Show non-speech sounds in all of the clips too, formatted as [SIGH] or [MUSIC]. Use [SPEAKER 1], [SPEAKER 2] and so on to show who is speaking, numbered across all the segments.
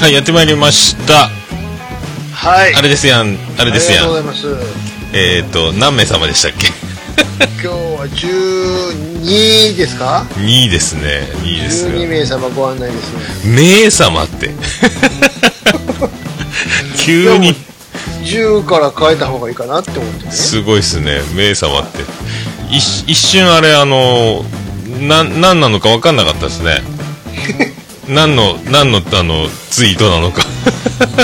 [SPEAKER 1] はい、やってまいりました。
[SPEAKER 2] はい。
[SPEAKER 1] あれですやん、あれですや
[SPEAKER 2] ありがとうんご。ざいます。
[SPEAKER 1] えっ、ー、と、何名様でしたっけ
[SPEAKER 2] 今日は12ですか
[SPEAKER 1] ?2 ですね。2です
[SPEAKER 2] 12
[SPEAKER 1] よ。
[SPEAKER 2] 名様ご案内ですね。
[SPEAKER 1] 名様
[SPEAKER 2] [LAUGHS]
[SPEAKER 1] って。急に、
[SPEAKER 2] 10から変えた方がいいかなって思って
[SPEAKER 1] [LAUGHS]
[SPEAKER 2] ね。
[SPEAKER 1] すごいっすね。名様って。一一瞬あれ、あの、な、何なのか分かんなかったです
[SPEAKER 2] [LAUGHS]
[SPEAKER 1] ね。何の、何の、あの、ツイートな
[SPEAKER 2] [LAUGHS]
[SPEAKER 1] のか。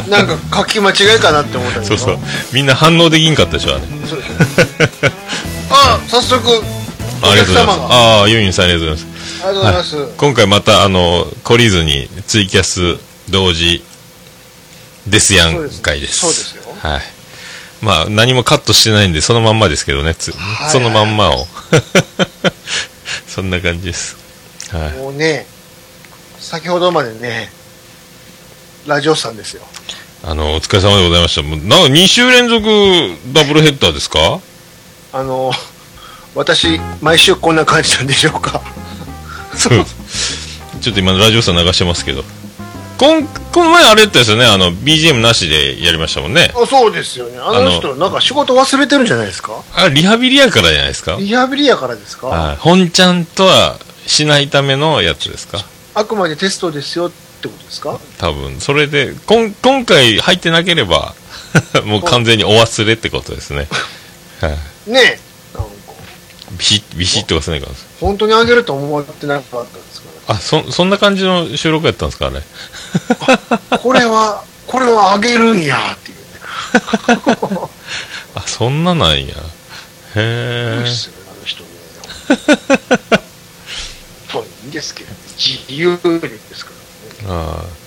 [SPEAKER 2] なんか書き間違いかなって思ったんだけ
[SPEAKER 1] そ
[SPEAKER 2] ど。
[SPEAKER 1] うそう。みんな反応できんかったでしょ、あれ。
[SPEAKER 2] そうですね。あ、早速、
[SPEAKER 1] あ
[SPEAKER 2] お
[SPEAKER 1] りがとうご
[SPEAKER 2] 客
[SPEAKER 1] ざい
[SPEAKER 2] 様
[SPEAKER 1] ます。
[SPEAKER 2] が。あ
[SPEAKER 1] ああー、ユーミンさんありがとうございます。
[SPEAKER 2] りがとうございます。
[SPEAKER 1] はい今回またあの懲りずにツイキャス同時ですやん会です
[SPEAKER 2] そうですそうですよ
[SPEAKER 1] はいまあ何もカットしてないんでそのまんまですけどねつ、
[SPEAKER 2] はい
[SPEAKER 1] そのまんまを [LAUGHS] そんな感じですはい
[SPEAKER 2] もうね、先ほどまでね、ラジオさんですよ。
[SPEAKER 1] あのお疲れ様でございましたもうな2週連続ダブルヘッダーですか
[SPEAKER 2] あの、私、毎週こんな感じなんでしょうか。
[SPEAKER 1] そうちょっと今ラジオさん流してますけどこんこの前あれやったですよねあの BGM なしでやりましたもんね
[SPEAKER 2] [LAUGHS] あそうですよね。あの人、なんか仕事忘れてるんじゃないですか
[SPEAKER 1] あリハビリやからじゃないですか
[SPEAKER 2] リハビリやからですか、
[SPEAKER 1] はい、本ちゃんとはしないためのやつですか
[SPEAKER 2] あくまでテストですよってことですか
[SPEAKER 1] 多分それでこん今回入ってなければ [LAUGHS] もう完全にお忘れってことですね、はい、
[SPEAKER 2] ねえ。なんか、
[SPEAKER 1] ビシッビシッと忘れないから
[SPEAKER 2] 本当にあげると思ってなかったんですか
[SPEAKER 1] あそそんな感じの収録やったんですかあれ [LAUGHS]
[SPEAKER 2] ら、これは、これはあげるんやっていうね。
[SPEAKER 1] あそんななんや
[SPEAKER 2] い
[SPEAKER 1] へ
[SPEAKER 2] い
[SPEAKER 1] え
[SPEAKER 2] っすよね、あの人ね。そういいんですけど、自由ですからね。
[SPEAKER 1] あー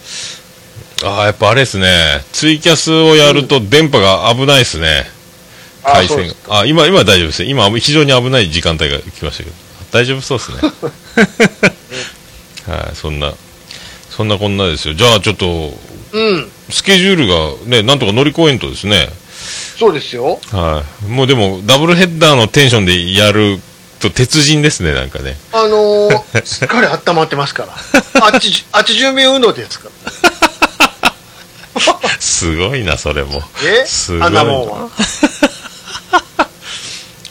[SPEAKER 1] あーやっぱあれですねツイキャスをやると電波が危ないですね回
[SPEAKER 2] そう
[SPEAKER 1] 線
[SPEAKER 2] で
[SPEAKER 1] が
[SPEAKER 2] す
[SPEAKER 1] あ今今大丈夫です今非常に危ない時間帯が来ましたけど大丈夫そうです
[SPEAKER 2] [LAUGHS]
[SPEAKER 1] ねはいそんなそんなこんなですよじゃあちょっと
[SPEAKER 2] うん、
[SPEAKER 1] スケジュールがねなんとか乗り越えんとですね
[SPEAKER 2] そうですよ。
[SPEAKER 1] はいもうでもダブルヘッダーのテンションでやると鉄人ですねなんかね
[SPEAKER 2] あの
[SPEAKER 1] [LAUGHS]
[SPEAKER 2] ー、すっかり温まってますから。あっち、あっち準備運動ですから。
[SPEAKER 1] すごいなそれも [LAUGHS]
[SPEAKER 2] え
[SPEAKER 1] すご
[SPEAKER 2] あ
[SPEAKER 1] い
[SPEAKER 2] んなもんは。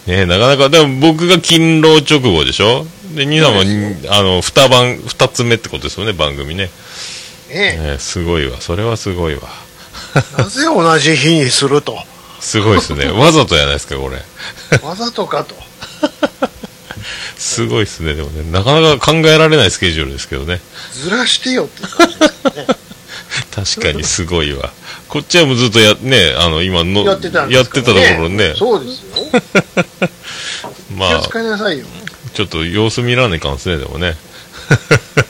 [SPEAKER 1] ねなかなかでも僕が勤労直後でしょで兄さんもあの2番二つ目ってことですよね番組ね
[SPEAKER 2] ね
[SPEAKER 1] ねすごいわそれはすごいわ
[SPEAKER 2] えなぜ同じ日にすると。
[SPEAKER 1] すごいです
[SPEAKER 2] [LAUGHS]
[SPEAKER 1] ね。わざとじゃないですか、これ。
[SPEAKER 2] わざとかと。
[SPEAKER 1] すごいですね。でもね、なかなか考えられないスケジュールですけどね。
[SPEAKER 2] ずらしてよって感じですね。
[SPEAKER 1] 確かにすごいわ。こっちはもうずっとや、ね、あの、今の、
[SPEAKER 2] やってたん
[SPEAKER 1] や
[SPEAKER 2] で
[SPEAKER 1] っ
[SPEAKER 2] すか
[SPEAKER 1] て
[SPEAKER 2] ら
[SPEAKER 1] たところね、
[SPEAKER 2] そうですよ。
[SPEAKER 1] ま
[SPEAKER 2] 気
[SPEAKER 1] あ
[SPEAKER 2] を、使いなさいよ。
[SPEAKER 1] ちょっと様子見らんねえかんですね、でもね。 [LAUGHS]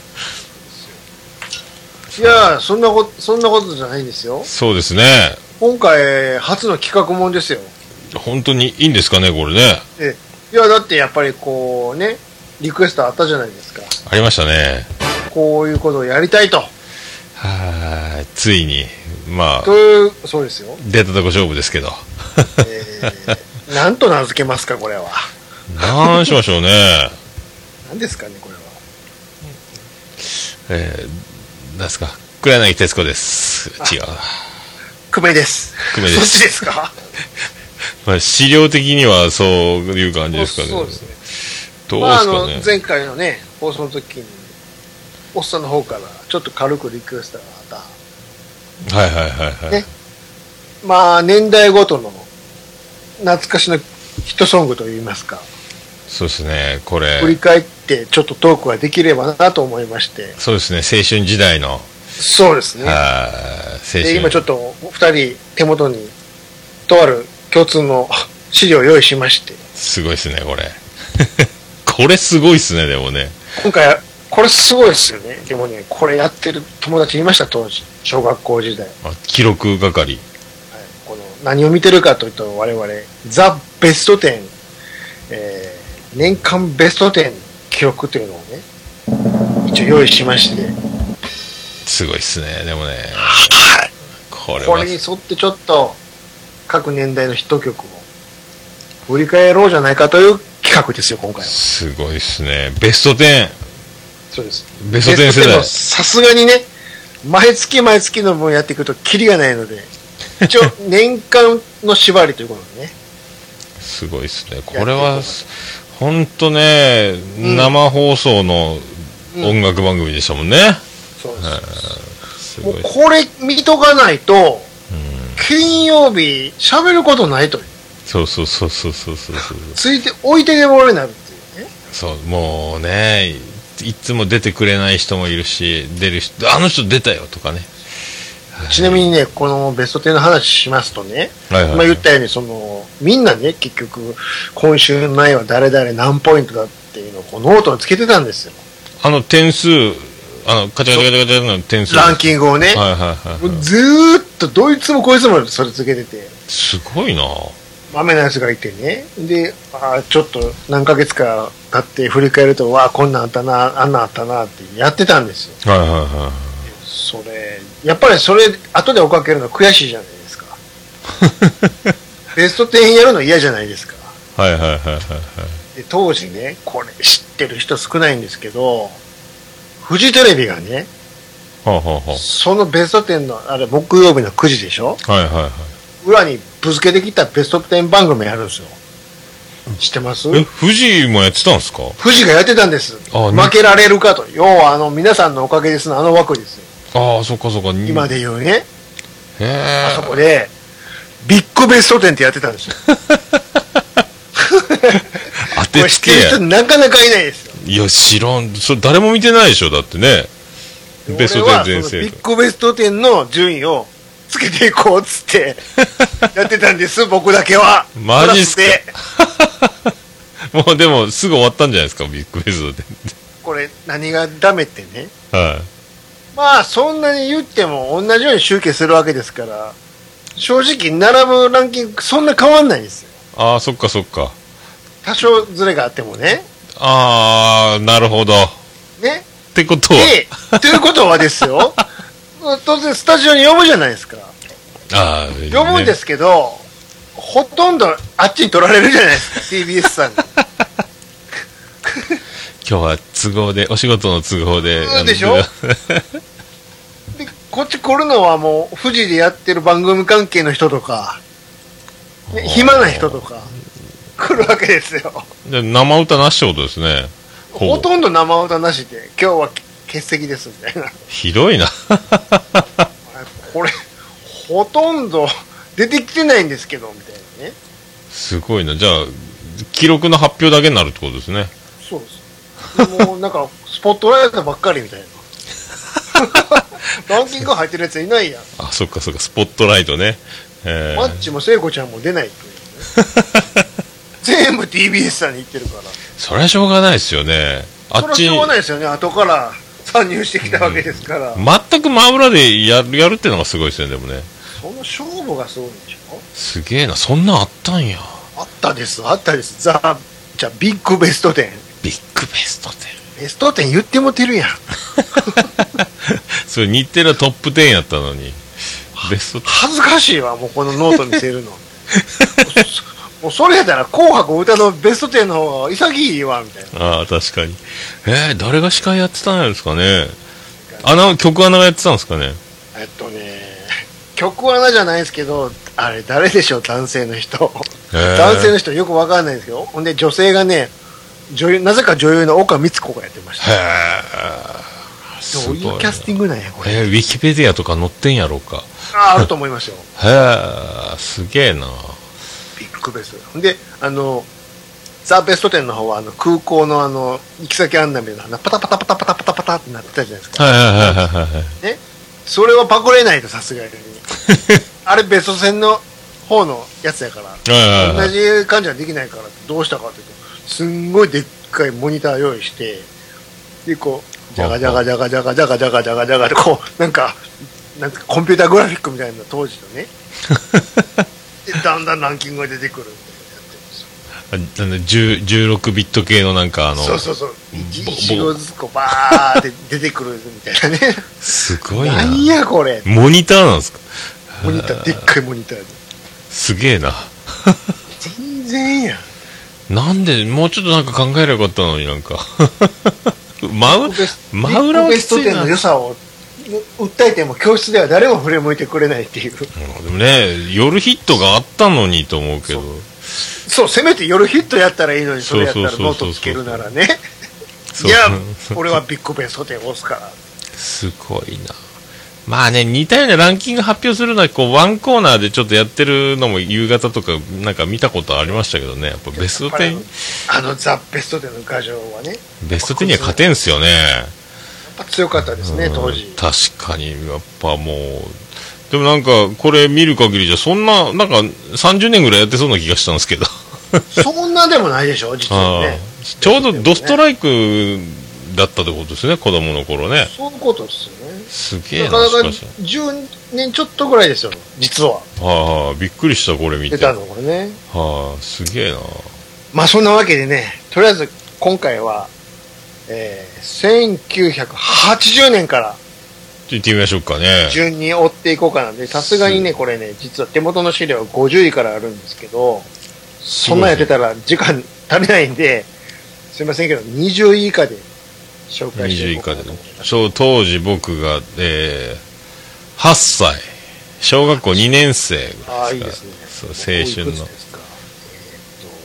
[SPEAKER 2] いやーそんなこと、そんなことじゃないんですよ。
[SPEAKER 1] そうですね。
[SPEAKER 2] 今回、初の企画もんですよ。
[SPEAKER 1] 本当にいいんですかね、これね。
[SPEAKER 2] ええいや、だってやっぱりこうね、リクエストあったじゃないですか。
[SPEAKER 1] ありましたね。
[SPEAKER 2] こういうことをやりたいと。
[SPEAKER 1] はーい。ついに、まあ
[SPEAKER 2] と、いう、そうですよ。
[SPEAKER 1] 出たとこ勝負ですけ
[SPEAKER 2] [LAUGHS]
[SPEAKER 1] ど。
[SPEAKER 2] えー、なんと名付けますか、これは。
[SPEAKER 1] なんしましょうね。
[SPEAKER 2] 何ですかね、これは。
[SPEAKER 1] えー、なんすか。黒柳徹子です。違うな。
[SPEAKER 2] 久米です。
[SPEAKER 1] 久米です
[SPEAKER 2] そっちですか
[SPEAKER 1] まあ、資料的にはそういう感じですかね。
[SPEAKER 2] そうですね。
[SPEAKER 1] どう
[SPEAKER 2] まあ、あの
[SPEAKER 1] で、すかね。
[SPEAKER 2] 前回のね、放送の時に、おっさんの方から、ちょっと軽くリクエストがあっ
[SPEAKER 1] はいはいはいはい
[SPEAKER 2] ね。た、まあ、年代ごとの、懐かしのヒットソングといいますか、
[SPEAKER 1] そうですね。これ
[SPEAKER 2] 振、り返って、ちょっとトークができればなと思いまして、
[SPEAKER 1] そうですね。青春時代の、
[SPEAKER 2] そうですね。
[SPEAKER 1] あー青春。
[SPEAKER 2] で今ちょっと、お二人、手元に、とある共通の資料を用意しまして、
[SPEAKER 1] すごいですね、これ。 [LAUGHS] これすごいですね、でもね。
[SPEAKER 2] 今回、これすごいですよね。でもね、これやってる友達いました、当時。小学校時代。
[SPEAKER 1] あ記録係。
[SPEAKER 2] はいこの何を見てるかというと我々ザ・ベスト10、えー年間ベスト10記録というのをね一応用意しまして
[SPEAKER 1] すごいですね、でもね。これ
[SPEAKER 2] こ
[SPEAKER 1] は
[SPEAKER 2] れに沿ってちょっと各年代のヒット曲を振り返ろうじゃないかという企画ですよ今回は
[SPEAKER 1] すごいですね。ベスト10。
[SPEAKER 2] そうです
[SPEAKER 1] ベスト10世代
[SPEAKER 2] ベスト10もさすがにね毎月毎月の分やっていくとキリがな
[SPEAKER 1] [LAUGHS]
[SPEAKER 2] いので、一応年間の縛りということでね。
[SPEAKER 1] すごいですね。これは、本当ね、
[SPEAKER 2] うん
[SPEAKER 1] 生放送の
[SPEAKER 2] うん
[SPEAKER 1] 音楽番組でしたもんね。
[SPEAKER 2] そう
[SPEAKER 1] は
[SPEAKER 2] そ
[SPEAKER 1] いす
[SPEAKER 2] うも
[SPEAKER 1] ご
[SPEAKER 2] う
[SPEAKER 1] い。
[SPEAKER 2] これ見とかないと、
[SPEAKER 1] うん
[SPEAKER 2] 金曜日喋ることないという。
[SPEAKER 1] そうそうそうそうそうそうそう。
[SPEAKER 2] ついて、置いてけぼれになるっていうね。
[SPEAKER 1] そう、もうね、いいつも出てくれない人もいるし、出る人、あの人出たよとかね。
[SPEAKER 2] ちなみにね、このベスト10の話しますとね、
[SPEAKER 1] はいはいはい
[SPEAKER 2] 今言ったように、その、みんなね、結局、今週の内は誰々何ポイントだっていうのをこうノートにつけてたんですよ。
[SPEAKER 1] あの点数、あの、カチャカチャカチャカチャの点数。
[SPEAKER 2] ランキングをね。
[SPEAKER 1] はいはいはい
[SPEAKER 2] も
[SPEAKER 1] は
[SPEAKER 2] う
[SPEAKER 1] い。
[SPEAKER 2] ずーっと、どいつもこいつもそれつけてて、
[SPEAKER 1] すごいな
[SPEAKER 2] 雨のやつがいてね。で、あーちょっと何ヶ月か経って振り返ると、わあ、こんなんあったな、あんなんあったなってやってたんですよ。
[SPEAKER 1] はいはいは
[SPEAKER 2] それ、やっぱりそれ、後で追っかけるの悔しいじゃないで
[SPEAKER 1] [LAUGHS]
[SPEAKER 2] すか。ベスト10やるの嫌じゃないですか。
[SPEAKER 1] い。はいはいはいはいはい。
[SPEAKER 2] で当時ね、これ知ってる人少ないんですけど、フジテレビがね、
[SPEAKER 1] ほうほうほう。
[SPEAKER 2] そのベスト10の、あれ、木曜日の9時でしょ
[SPEAKER 1] はいはいはい。
[SPEAKER 2] 裏にぶつけてきたベスト10番組あるんですよ。知ってます
[SPEAKER 1] え、富士もやってたんですか
[SPEAKER 2] 富士がやってたんです。
[SPEAKER 1] あ
[SPEAKER 2] 負けられるかと。要は、あの、皆さんのおかげですの、あの枠ですよ。
[SPEAKER 1] ああ、そっかそっか。に
[SPEAKER 2] 今。で言うね、
[SPEAKER 1] へえ
[SPEAKER 2] あ。そこで、ビッグベスト10ってやってたんですよ。
[SPEAKER 1] 当
[SPEAKER 2] こ
[SPEAKER 1] て
[SPEAKER 2] れ
[SPEAKER 1] つ
[SPEAKER 2] 知っ
[SPEAKER 1] け
[SPEAKER 2] てる人
[SPEAKER 1] や。
[SPEAKER 2] なかなかいないですよ。
[SPEAKER 1] いや、知らん。それ誰も見てないでしょ、だってね。ベスト
[SPEAKER 2] 俺
[SPEAKER 1] 10
[SPEAKER 2] は
[SPEAKER 1] 全
[SPEAKER 2] その
[SPEAKER 1] 盛
[SPEAKER 2] ビッグベスト10の順位をつけていこうっ
[SPEAKER 1] [LAUGHS]
[SPEAKER 2] つって、やってたんです、僕だけは。
[SPEAKER 1] マジっすか
[SPEAKER 2] プラスで
[SPEAKER 1] もうでも、すぐ終わったんじゃないですか、ビッグベスト
[SPEAKER 2] これ、何がダメってね。
[SPEAKER 1] で。はい。
[SPEAKER 2] まあ、そんなに言っても同じように集計するわけですから、正直、並ぶランキング、そんな変わんないんですよ。
[SPEAKER 1] ああ、そっかそっか。
[SPEAKER 2] 多少ズレがあってもね。
[SPEAKER 1] ああ、なるほど。っ
[SPEAKER 2] ね。
[SPEAKER 1] てことは、
[SPEAKER 2] で、ということはですよ、
[SPEAKER 1] [LAUGHS]
[SPEAKER 2] 当然スタジオに呼ぶじゃないですか。
[SPEAKER 1] ああ、。
[SPEAKER 2] 呼ぶんですすけど、ほとんどあっちに取られるじゃないですか、TBS [LAUGHS] さんが。
[SPEAKER 1] 今日は都合で、お仕事の都合で。
[SPEAKER 2] そう
[SPEAKER 1] あの
[SPEAKER 2] でしょで、こっち来るのはもう、富士でやってる番組関係の人とか、ね暇な人とか、来るわけですよ。
[SPEAKER 1] で生歌なしってことですね。ほう
[SPEAKER 2] ほとんど生歌なしで、今日は欠席ですみたいな。
[SPEAKER 1] ひどいな。
[SPEAKER 2] これ、ほとんど出てきてないんですけど、みたいなね。
[SPEAKER 1] すごいな。じゃあ、記録の発表だけになるってことですね。
[SPEAKER 2] そうです。もうなんか、スポットライトばっかりみたいな。ランキング入ってるやついないやん。
[SPEAKER 1] あ、そっかそっか、スポットライトね。えー
[SPEAKER 2] マッチも聖子ちゃんも出ない
[SPEAKER 1] [LAUGHS]
[SPEAKER 2] というね。全部 TBS さんに行ってるから。
[SPEAKER 1] そりゃしょうがないですよね。あ
[SPEAKER 2] それ
[SPEAKER 1] っ
[SPEAKER 2] は
[SPEAKER 1] ちに
[SPEAKER 2] しょうがないですよね。後から参入してきたわけですから。
[SPEAKER 1] 全く真裏でやるやるってのがすごいですね、でもね。
[SPEAKER 2] その勝負がすごいんでしょ
[SPEAKER 1] すげえな、そんなんあったんや。
[SPEAKER 2] あったです、あったです。ザ・じゃあビッグベスト10。
[SPEAKER 1] ビッグベスト10。
[SPEAKER 2] ベスト10言ってもてるやん。
[SPEAKER 1] それ日テレはトップ10やったのに。ベスト10。
[SPEAKER 2] 恥ずかしいわ、もうこのノート見せ
[SPEAKER 1] [LAUGHS]
[SPEAKER 2] るの。そもうそれやったら、紅白歌のベスト10の方が潔いわ、みたいな。
[SPEAKER 1] ああ、確かに。えー、誰が司会やってたんですかね。アナ、曲アナがやってたんですかね。
[SPEAKER 2] えっとね、曲穴じゃないですけど、あれ誰でしょう、男性の人。
[SPEAKER 1] へー
[SPEAKER 2] 男性の人よくわかんないんですけど、ほんで女性がね、女優、なぜか女優の岡光子がやってました。
[SPEAKER 1] へえ。す
[SPEAKER 2] どう
[SPEAKER 1] ご
[SPEAKER 2] い
[SPEAKER 1] いう
[SPEAKER 2] キャスティ
[SPEAKER 1] ン
[SPEAKER 2] ングなんや、これ。
[SPEAKER 1] えー、ウィキペディアとか載ってんやろうか。
[SPEAKER 2] ああ、あると思いますよ。
[SPEAKER 1] へえ、すげえな。
[SPEAKER 2] ビッグベスト。ほんで、あの、ザ・ベスト10の方は、あの、空港のあの、行き先案内みたいな、あのパタパタパタパタパタパタってなってたじゃないですか。
[SPEAKER 1] はいはいはいはいはい。
[SPEAKER 2] ね。それはパクれないと、さ
[SPEAKER 1] [LAUGHS]
[SPEAKER 2] すがに。あれ、ベスト10の方のやつやから。
[SPEAKER 1] はいはいは
[SPEAKER 2] 同
[SPEAKER 1] い
[SPEAKER 2] じ感じはできないからどうしたかっていうとすんごいでっかいモニター用意してでこうじゃがじゃがじゃがじゃがじゃがじゃがじゃがじゃがってこうなんかなんかコンピューターグラフィックみたいなの当時のねでだんだんランキングが出てくるみたいなのやってるんですよ
[SPEAKER 1] あの10 16ビット系のなんかあの
[SPEAKER 2] そうそうそう
[SPEAKER 1] ぼ
[SPEAKER 2] 1行ずつこうバーって出てくるみたいなね
[SPEAKER 1] すごいな
[SPEAKER 2] なんやこれ
[SPEAKER 1] モニターなんですか
[SPEAKER 2] モニターでっかいモニターです
[SPEAKER 1] げえな
[SPEAKER 2] 全然やん
[SPEAKER 1] なんでもうちょっとなんか考えればよかったのになんか [LAUGHS] 真
[SPEAKER 2] ビッグベ
[SPEAKER 1] う
[SPEAKER 2] ス
[SPEAKER 1] 真裏は
[SPEAKER 2] ビッグベ
[SPEAKER 1] き
[SPEAKER 2] スト
[SPEAKER 1] つい
[SPEAKER 2] 10
[SPEAKER 1] な
[SPEAKER 2] の良さを訴えても教室では誰も振り向いてくれないっていう。
[SPEAKER 1] でもね、夜ヒットがあったのにと思うけど、
[SPEAKER 2] そう、せめて夜ヒットやったらいいのに、それやったら
[SPEAKER 1] そうそう
[SPEAKER 2] ノ
[SPEAKER 1] そうそ
[SPEAKER 2] ー
[SPEAKER 1] う
[SPEAKER 2] トつけるならね。
[SPEAKER 1] そう
[SPEAKER 2] いや、俺はビッグベーストで押すから。
[SPEAKER 1] すごいな。まあね、似たようなランキング発表するのは、こう、ワンコーナーでちょっとやってるのも夕方とか、なんか見たことありましたけどね、やっぱベスト
[SPEAKER 2] やっ
[SPEAKER 1] 10、
[SPEAKER 2] ぱりあのあのザ・ベストでの画像はね、やっ
[SPEAKER 1] ベスト10には勝てんすよね。
[SPEAKER 2] ぱ強かったですね、当時。
[SPEAKER 1] 確かに、やっぱもう、でもなんか、これ見る限りじゃ、そんな、なんか、30年ぐらいやってそうな気がしたんですけど。
[SPEAKER 2] そんなでもないでしょ、実は
[SPEAKER 1] あ
[SPEAKER 2] ね。
[SPEAKER 1] ーちょうどドストライクだったってことですね、子供の頃ね。
[SPEAKER 2] そういうことですよね。
[SPEAKER 1] すげえ
[SPEAKER 2] な
[SPEAKER 1] な、
[SPEAKER 2] かなか
[SPEAKER 1] しかし。
[SPEAKER 2] 10年ちょっとぐらいですよ、実は。
[SPEAKER 1] はあ、びっくりした、これ見
[SPEAKER 2] 出
[SPEAKER 1] て。
[SPEAKER 2] た
[SPEAKER 1] は
[SPEAKER 2] の、これね。
[SPEAKER 1] あ、すげえな。
[SPEAKER 2] まあそんなわけでね、とりあえず今回は、えー、1980年から
[SPEAKER 1] ちょっと行ってみましょうかね。
[SPEAKER 2] 順に追っていこうかなんで、さすがにね、これね、実は手元の資料50位からあるんですけど、そんなんやってたら時間足りないんで、すいませんけど、20位以下で紹介して
[SPEAKER 1] 20
[SPEAKER 2] い
[SPEAKER 1] 以
[SPEAKER 2] こ
[SPEAKER 1] 下
[SPEAKER 2] うかな
[SPEAKER 1] で
[SPEAKER 2] と思いま。す。
[SPEAKER 1] そう、当時僕が、えー、8歳。小学校2年生ぐ
[SPEAKER 2] あ
[SPEAKER 1] ら
[SPEAKER 2] あ、
[SPEAKER 1] い
[SPEAKER 2] いい
[SPEAKER 1] で
[SPEAKER 2] ですす
[SPEAKER 1] か
[SPEAKER 2] ね。
[SPEAKER 1] そう、青春
[SPEAKER 2] おい
[SPEAKER 1] の
[SPEAKER 2] くつ。ですかえーっと、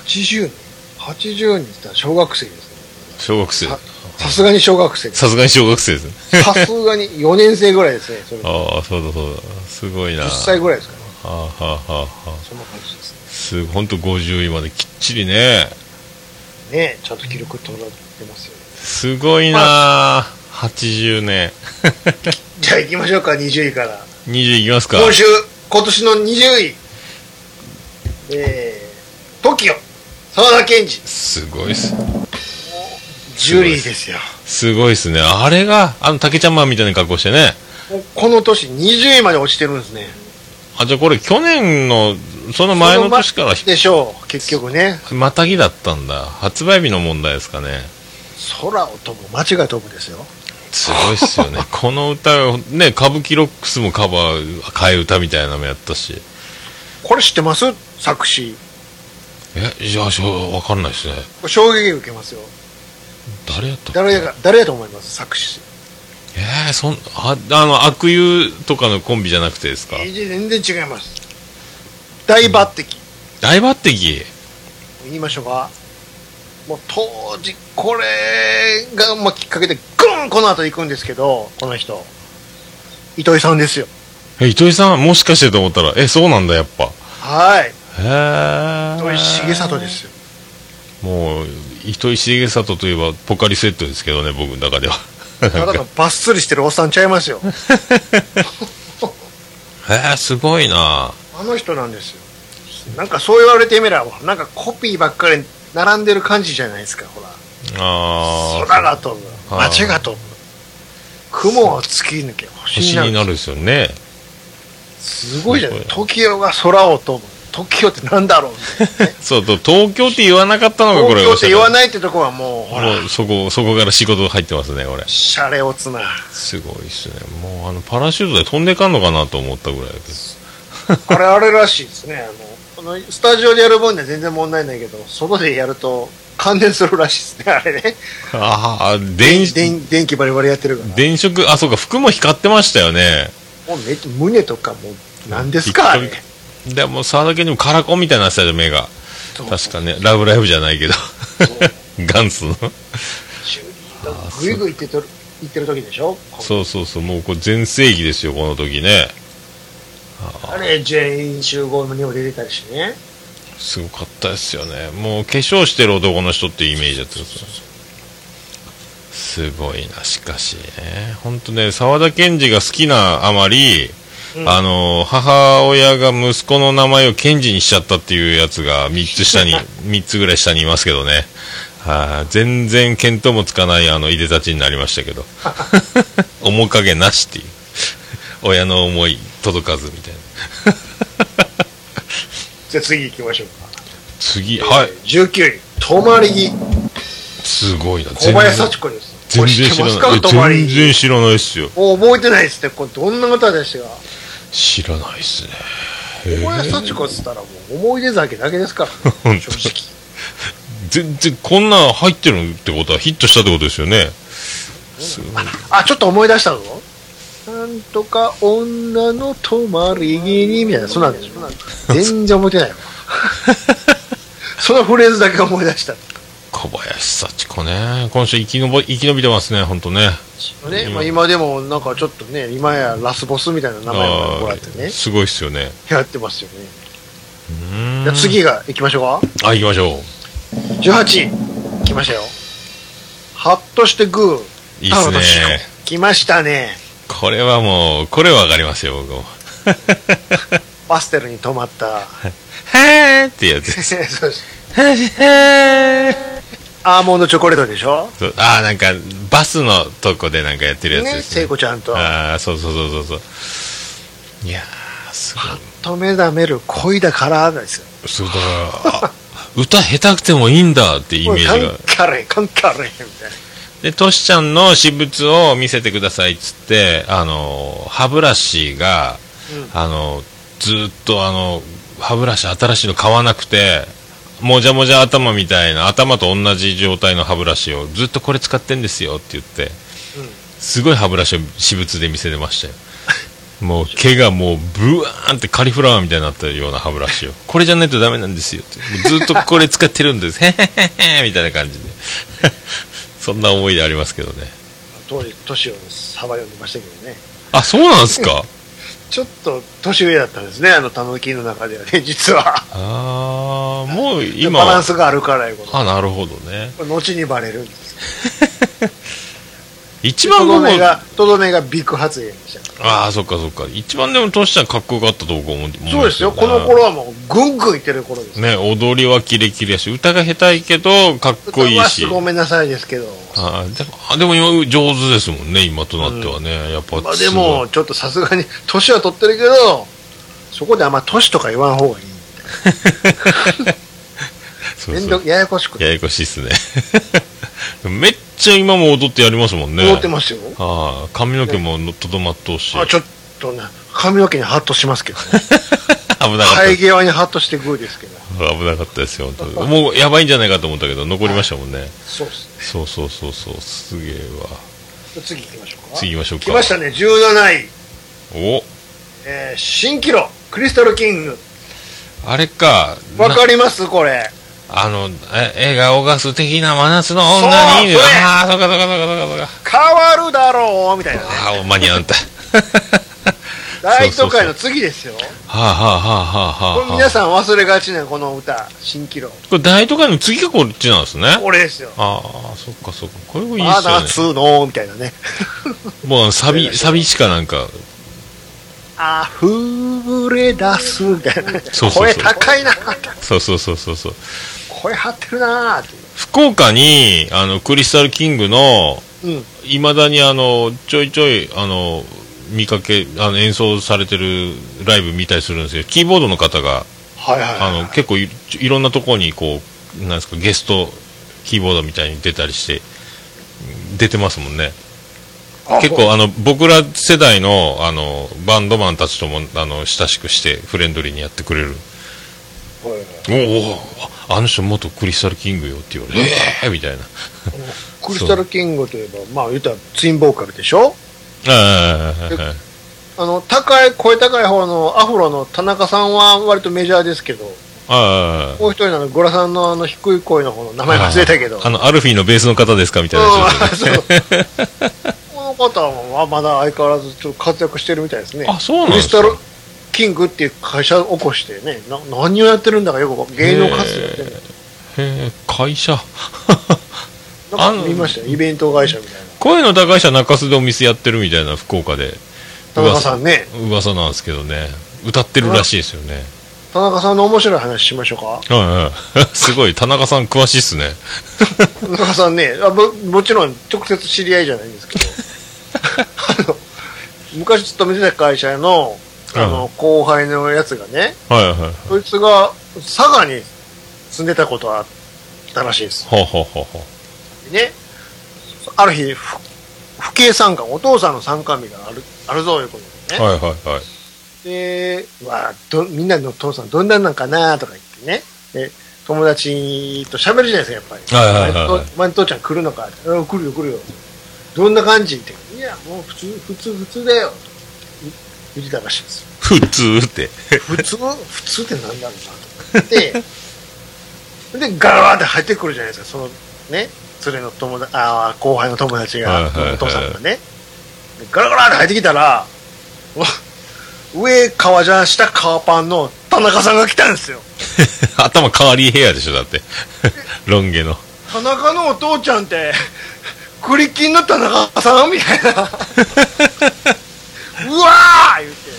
[SPEAKER 2] 80年 ?80 年って言ったら小学生ですね。
[SPEAKER 1] 小学生。
[SPEAKER 2] ささすがに小学生です
[SPEAKER 1] さすがに小学生ですね。
[SPEAKER 2] さすがに4年生ぐらいですね、それ
[SPEAKER 1] ああ、そうだそうだ。すごいな。
[SPEAKER 2] 10歳ぐらいですかね、
[SPEAKER 1] はあ、はあはあはあ、
[SPEAKER 2] そんな感じですね。
[SPEAKER 1] すほんと50位まできっちりね。
[SPEAKER 2] ねえちゃんと記録取られてますよね。
[SPEAKER 1] すごいなあ、80年。
[SPEAKER 2] じゃあ行きましょうか、20位から。
[SPEAKER 1] 20いきますか。
[SPEAKER 2] 今週、今年の20位。えー、TOKIO、沢田研二、
[SPEAKER 1] すごいっす。
[SPEAKER 2] ジュリーですよ。
[SPEAKER 1] すごいっすね。あれが、あの、竹ちゃんマンみたいな格好してね。
[SPEAKER 2] もうこの年20位まで落ちてるんですね。
[SPEAKER 1] あ、じゃあこれ去年の、その前の年から
[SPEAKER 2] その前でしょう、結局ね。
[SPEAKER 1] またぎだったんだ。発売日の問題ですかね。
[SPEAKER 2] 空を飛ぶ、街が飛ぶですよ。
[SPEAKER 1] すごいっすよね。この歌を、ね、歌舞伎ロックスもカバー、替え歌みたいなのもやったし。
[SPEAKER 2] これ知ってます作詞。
[SPEAKER 1] え、じゃあ、しょわかんないっすね。
[SPEAKER 2] これ衝撃受けますよ。
[SPEAKER 1] 誰やったっけ
[SPEAKER 2] 誰やが、誰やと思います作詞。
[SPEAKER 1] えー、そん、あ、あの、悪友とかのコンビじゃなくてですか。
[SPEAKER 2] えー全然違います大抜擢
[SPEAKER 1] 大抜擢。
[SPEAKER 2] 言いましょうかもう当時これがまあきっかけでグンこの後行くんですけどこの人糸井さんですよ
[SPEAKER 1] え、糸井さん、もしかしてと思ったら、え、そうなんだ、やっぱ。
[SPEAKER 2] はい
[SPEAKER 1] へえ。
[SPEAKER 2] 糸井重里で。すよ
[SPEAKER 1] もう、糸井重里といえば、ポカリセットですけどね、僕の中では。なん
[SPEAKER 2] ただ
[SPEAKER 1] か
[SPEAKER 2] のバッスリしてるおっさんちゃいますよ
[SPEAKER 1] [LAUGHS] へえ、すごいな
[SPEAKER 2] あの人なんですよなんかそう言われてみればなんかコピーばっかり並んでる感じじゃないですかほら
[SPEAKER 1] ああ。
[SPEAKER 2] 空が飛ぶ
[SPEAKER 1] あー
[SPEAKER 2] 街が飛ぶ雲を突き抜け星に
[SPEAKER 1] 星
[SPEAKER 2] なる
[SPEAKER 1] になるですよね。
[SPEAKER 2] すごいじゃない
[SPEAKER 1] す
[SPEAKER 2] TOKIO が空を飛ぶ TOKIO ってなんだろうみたいなね
[SPEAKER 1] そう、と東京って言わなかったのが、 [LAUGHS] これ
[SPEAKER 2] TOKIO って言わ
[SPEAKER 1] い。
[SPEAKER 2] ないってとこはもうほら
[SPEAKER 1] もう、そこ、そこから仕事入ってますね、これ。
[SPEAKER 2] シャレ
[SPEAKER 1] [LAUGHS]
[SPEAKER 2] オツな
[SPEAKER 1] すごいっすね。もう、あの、パラシュートで飛んでかんのかなと思ったぐらいです。
[SPEAKER 2] あれあれらしいですねあのこのスタジオでやる分には全然問題ないけど外でやると感電するらしいですねあれね
[SPEAKER 1] ああ、電子、
[SPEAKER 2] 電電気バリバリやってるから
[SPEAKER 1] 電飾、あ、そうか、服も光ってましたよね。
[SPEAKER 2] もうめ胸とかもう何ですかあれ
[SPEAKER 1] ピッカピカでも、沢田家にもカラコンみたいなやつだよ、目が。
[SPEAKER 2] そう
[SPEAKER 1] 確かね、ラブライブじゃないけど。 [LAUGHS] 元祖の。
[SPEAKER 2] ジュリーがグイグイ行ってとる行ってる時でしょ
[SPEAKER 1] そうそうそう、もうこれ全盛期ですよ、この時ね。
[SPEAKER 2] あれ全員集合にも出てたりしね
[SPEAKER 1] すごかったですよね。もう化粧してる男の人ってイメージだったんですよすごいな、しかしね。ほんとね、沢田研二が好きなあまり、
[SPEAKER 2] うん
[SPEAKER 1] あの、母親が息子の名前を賢治にしちゃったっていうやつが3つ下に、3つ
[SPEAKER 2] [LAUGHS]
[SPEAKER 1] ぐらい下にいますけどね。はい全然見当もつかないあの、いでたちになりましたけ
[SPEAKER 2] [LAUGHS]
[SPEAKER 1] ど。面影なしっていう。親の思い届かずみたいな。
[SPEAKER 2] じゃあ次行きましょうか
[SPEAKER 1] 次、はい。
[SPEAKER 2] 19位、泊まり木、
[SPEAKER 1] すごいな。
[SPEAKER 2] 小林幸子です。
[SPEAKER 1] 全然知ら
[SPEAKER 2] こ
[SPEAKER 1] な
[SPEAKER 2] れ
[SPEAKER 1] い。
[SPEAKER 2] 知ってますか、泊ま
[SPEAKER 1] 全
[SPEAKER 2] り木。
[SPEAKER 1] 然知らないっすよ。
[SPEAKER 2] もう覚えてないですね。これどんな歌ですよ。
[SPEAKER 1] 知らないっすね。へ
[SPEAKER 2] 小林
[SPEAKER 1] え
[SPEAKER 2] 幸子っつったらもう思い出酒だけですから、ね、正直。
[SPEAKER 1] 全然こんなん入ってるってことはヒットしたってことですよね。すごい。
[SPEAKER 2] あ、ちょっと思い出したぞ。 [LAUGHS] なんとか女の泊まり気にみたいな、そうなんでしょ。全然覚えてない [LAUGHS] わ。そのフレーズだけ思い出した。
[SPEAKER 1] 小林幸子ね。今週生き延び、生き延びてますね、ほんとね。
[SPEAKER 2] ね、まあ、今でもなんかちょっとね、今やラスボスみたいな名前をもらって
[SPEAKER 1] あー
[SPEAKER 2] ね、
[SPEAKER 1] すごいっすよね。
[SPEAKER 2] やってますよね。
[SPEAKER 1] うーん
[SPEAKER 2] じゃあ。次が行きましょうか。
[SPEAKER 1] あ、行きましょう。
[SPEAKER 2] 18来ましたよハッとしてグー
[SPEAKER 1] いいっすね。
[SPEAKER 2] 来ましたね
[SPEAKER 1] これはもう、これはわかりますよ、僕も。
[SPEAKER 2] パステルに止まった
[SPEAKER 1] へーってやつ。
[SPEAKER 2] [LAUGHS] そうです
[SPEAKER 1] へー
[SPEAKER 2] アーモンドチョコレートでしょ
[SPEAKER 1] そうああ、なんか、バスのとこでなんかやってるやつ
[SPEAKER 2] ね
[SPEAKER 1] ですね。
[SPEAKER 2] 聖子ちゃんと
[SPEAKER 1] ああ、そうそうそうそうそう。いやー、すごい。 [LAUGHS]
[SPEAKER 2] 止めだめる恋だからですよ
[SPEAKER 1] そうだから、あ歌下手くてもいいんだってイメージが。
[SPEAKER 2] カンカレンカンカレンみたいな
[SPEAKER 1] で、トシちゃんの私物を見せてくださいっつって、あの、歯ブラシが、あの、ずーっとあの、歯ブラシ新しいの買わなくて、もじゃもじゃ頭みたいな、頭と同じ状態の歯ブラシをずっとこれ使ってんですよって言って、すごい歯ブラシを私物で見せてましたよ。もう毛がもうブワーンってカリフラワーみたいになったような歯ブラシを。これじゃないとダメなんですよって。もうずっとこれ使ってるんです。へへへへみたいな感じで。そんな思い出ありますけどね。
[SPEAKER 2] 当時年を幅読んでましたけどね
[SPEAKER 1] あ、そうなんですか
[SPEAKER 2] ちょっと年上だったんですねあのたぬきの中ではね [LAUGHS] 実は
[SPEAKER 1] ああ、もう今
[SPEAKER 2] バラ
[SPEAKER 1] は
[SPEAKER 2] ン。スがあるからいうこと
[SPEAKER 1] あ、なるほどね。
[SPEAKER 2] これ後にバレるんです
[SPEAKER 1] 一
[SPEAKER 2] と
[SPEAKER 1] 番で
[SPEAKER 2] ど
[SPEAKER 1] も、
[SPEAKER 2] めがとどめがビッグ発言でした
[SPEAKER 1] ああ、そっかそっか。一番でもトシちゃんかっこよかったと僕思って思います
[SPEAKER 2] そうですよ、この頃。はもう、ぐんぐんいってる頃です。
[SPEAKER 1] ね、踊りはキレキレやし、歌が下手いけど、かっこいいし。
[SPEAKER 2] ごめんなさいですけど、
[SPEAKER 1] あーでもあでも今上手ですもんね今となってはね、やっぱ
[SPEAKER 2] まあ、
[SPEAKER 1] す
[SPEAKER 2] で
[SPEAKER 1] ごい
[SPEAKER 2] も、ちょっとさすがに、年は取ってるけど、そこであんま年とか言わん方がいい。
[SPEAKER 1] そう
[SPEAKER 2] めん
[SPEAKER 1] そ
[SPEAKER 2] ど
[SPEAKER 1] う
[SPEAKER 2] ややこしく
[SPEAKER 1] ややこしいっすね [LAUGHS] めっちゃ今も踊ってやりますもんね
[SPEAKER 2] 思ってますよ。
[SPEAKER 1] ああ髪の毛ものとどまっとうし、
[SPEAKER 2] あちょっとね、髪の毛にハッとしますけど、
[SPEAKER 1] [LAUGHS]
[SPEAKER 2] ね、
[SPEAKER 1] 危なかった
[SPEAKER 2] 生え際にハッとしてグーですけど、
[SPEAKER 1] 危なかったですよ本当にもうやばいんじゃないかと思ったけど残りましたもんね、
[SPEAKER 2] そうっすね。
[SPEAKER 1] そうそうそうそうすげえわ
[SPEAKER 2] 次行きましょうか。
[SPEAKER 1] 次行きましょうか
[SPEAKER 2] 来ましたね、17位、
[SPEAKER 1] お
[SPEAKER 2] えー新キロ、クリスタルキング。
[SPEAKER 1] あれか
[SPEAKER 2] わ
[SPEAKER 1] な
[SPEAKER 2] かりますこれ。
[SPEAKER 1] あのえ映画「オガス的な真夏の女に」
[SPEAKER 2] そうそれ
[SPEAKER 1] ああそうかそうかそうかそうかそうか
[SPEAKER 2] 変わるだろうみたいなね。
[SPEAKER 1] ああ間に合
[SPEAKER 2] [LAUGHS]
[SPEAKER 1] うんだ
[SPEAKER 2] 大都会の次ですよ。
[SPEAKER 1] はあ、はあはあはあはあ、
[SPEAKER 2] これ皆さん忘れがちなこの歌「蜃気楼
[SPEAKER 1] これ大都会の次がこっちなんですね」
[SPEAKER 2] これですよ
[SPEAKER 1] ああそっかそっかこれも
[SPEAKER 2] 「
[SPEAKER 1] いいっ
[SPEAKER 2] あ
[SPEAKER 1] すよね
[SPEAKER 2] 夏の」みた
[SPEAKER 1] [LAUGHS]
[SPEAKER 2] いなね
[SPEAKER 1] もうあのサビサビしかなんか
[SPEAKER 2] 「あふれ出す」みたいなね
[SPEAKER 1] そうそうそう
[SPEAKER 2] 声高いな
[SPEAKER 1] そうそうそうそうそう
[SPEAKER 2] 声張ってるなってい
[SPEAKER 1] 福岡にあのクリスタルキングの
[SPEAKER 2] う、うん、
[SPEAKER 1] いまだにあのちょいちょいあの見かけあの演奏されてるライブ見たりするんですよキーボードの方が
[SPEAKER 2] はいはい
[SPEAKER 1] あの結構いいろんなところにこうなんですかゲストキーボードみたいに出たりして出てますもんね
[SPEAKER 2] あ
[SPEAKER 1] 結
[SPEAKER 2] そう
[SPEAKER 1] 構あの僕ら世代のあのバンドマンたちともあの親しくしてフレンドリーにやってくれる
[SPEAKER 2] はいはい
[SPEAKER 1] おおあの人元クリスタルキングよって言われてええみたいな
[SPEAKER 2] クリスタルキングといえばまあ言うたらツインボーカルでしょ
[SPEAKER 1] ああはいはいはい
[SPEAKER 2] あの高い声高い方のアフロの田中さんは割とメジャーですけど
[SPEAKER 1] あ
[SPEAKER 2] もう一人のあのゴラさんのあの低い声の方の名
[SPEAKER 1] あ
[SPEAKER 2] 前忘れたけど
[SPEAKER 1] あのアルフィーのベースの方ですかみたいなやつですよね
[SPEAKER 2] うんそうこの方はまだ相変わらずちょっと活躍してるみたいですね。
[SPEAKER 1] あそうなんですか
[SPEAKER 2] クリスタルキングっていう会社を起こしてね、な何をやってるんだかよく芸能活動やってるんだ
[SPEAKER 1] へえ会社
[SPEAKER 2] よなん
[SPEAKER 1] あの
[SPEAKER 2] か見ましたよ、イベント会社みたいな。
[SPEAKER 1] 声の高い人は中洲でお店やってるみたいな福岡で
[SPEAKER 2] 田中さんね、
[SPEAKER 1] 噂なんですけどね歌ってるらしいですよね
[SPEAKER 2] 田中さんの面白い話しましょ
[SPEAKER 1] [LAUGHS]
[SPEAKER 2] うか。
[SPEAKER 1] はいはいすごい田中さん詳しいっすね
[SPEAKER 2] 田中さんねあも、もちろん直接知り合いじゃないんですけ
[SPEAKER 1] [LAUGHS]
[SPEAKER 2] ど、あの昔勤めてた会社のあの、
[SPEAKER 1] う
[SPEAKER 2] 後輩のやつがね、
[SPEAKER 1] はいはいはい
[SPEAKER 2] そいつが佐賀に住んでたことはあったらしいです。
[SPEAKER 1] ほうほうほうほう
[SPEAKER 2] ね、ある日、ふ父兄参観、お父さんの参観日があるあるぞ、いうことでね。
[SPEAKER 1] はいはいはい。
[SPEAKER 2] で、わあど、みんなのお父さんどんなんなんかなとか言ってね。で友達と喋るじゃないですか、やっぱり。
[SPEAKER 1] はいはいはいはい
[SPEAKER 2] お前の父ちゃん来るのかうん来るよ来るよ。どんな感じって。いや、もう普通、普通、普通だよ。う藤田らしいです。
[SPEAKER 1] 普通って。 [LAUGHS]
[SPEAKER 2] 普通普通ってなんだろうなと思って、で、ガラーって入ってくるじゃないですか、その、ね、連れの友達、ああ、後輩の友達
[SPEAKER 1] はいは
[SPEAKER 2] が
[SPEAKER 1] いは、い
[SPEAKER 2] お父さんがね、でガラガラって入ってきたら、わ上革ジャン、下革パンの田中さんが来たんですよ。
[SPEAKER 1] 頭変わりヘアでしょ、だって。 [LAUGHS] ロン毛の。
[SPEAKER 2] 田中のお父ちゃんって、 [LAUGHS] 栗金の田中さんみ
[SPEAKER 1] [LAUGHS]
[SPEAKER 2] たいな。うわー言って、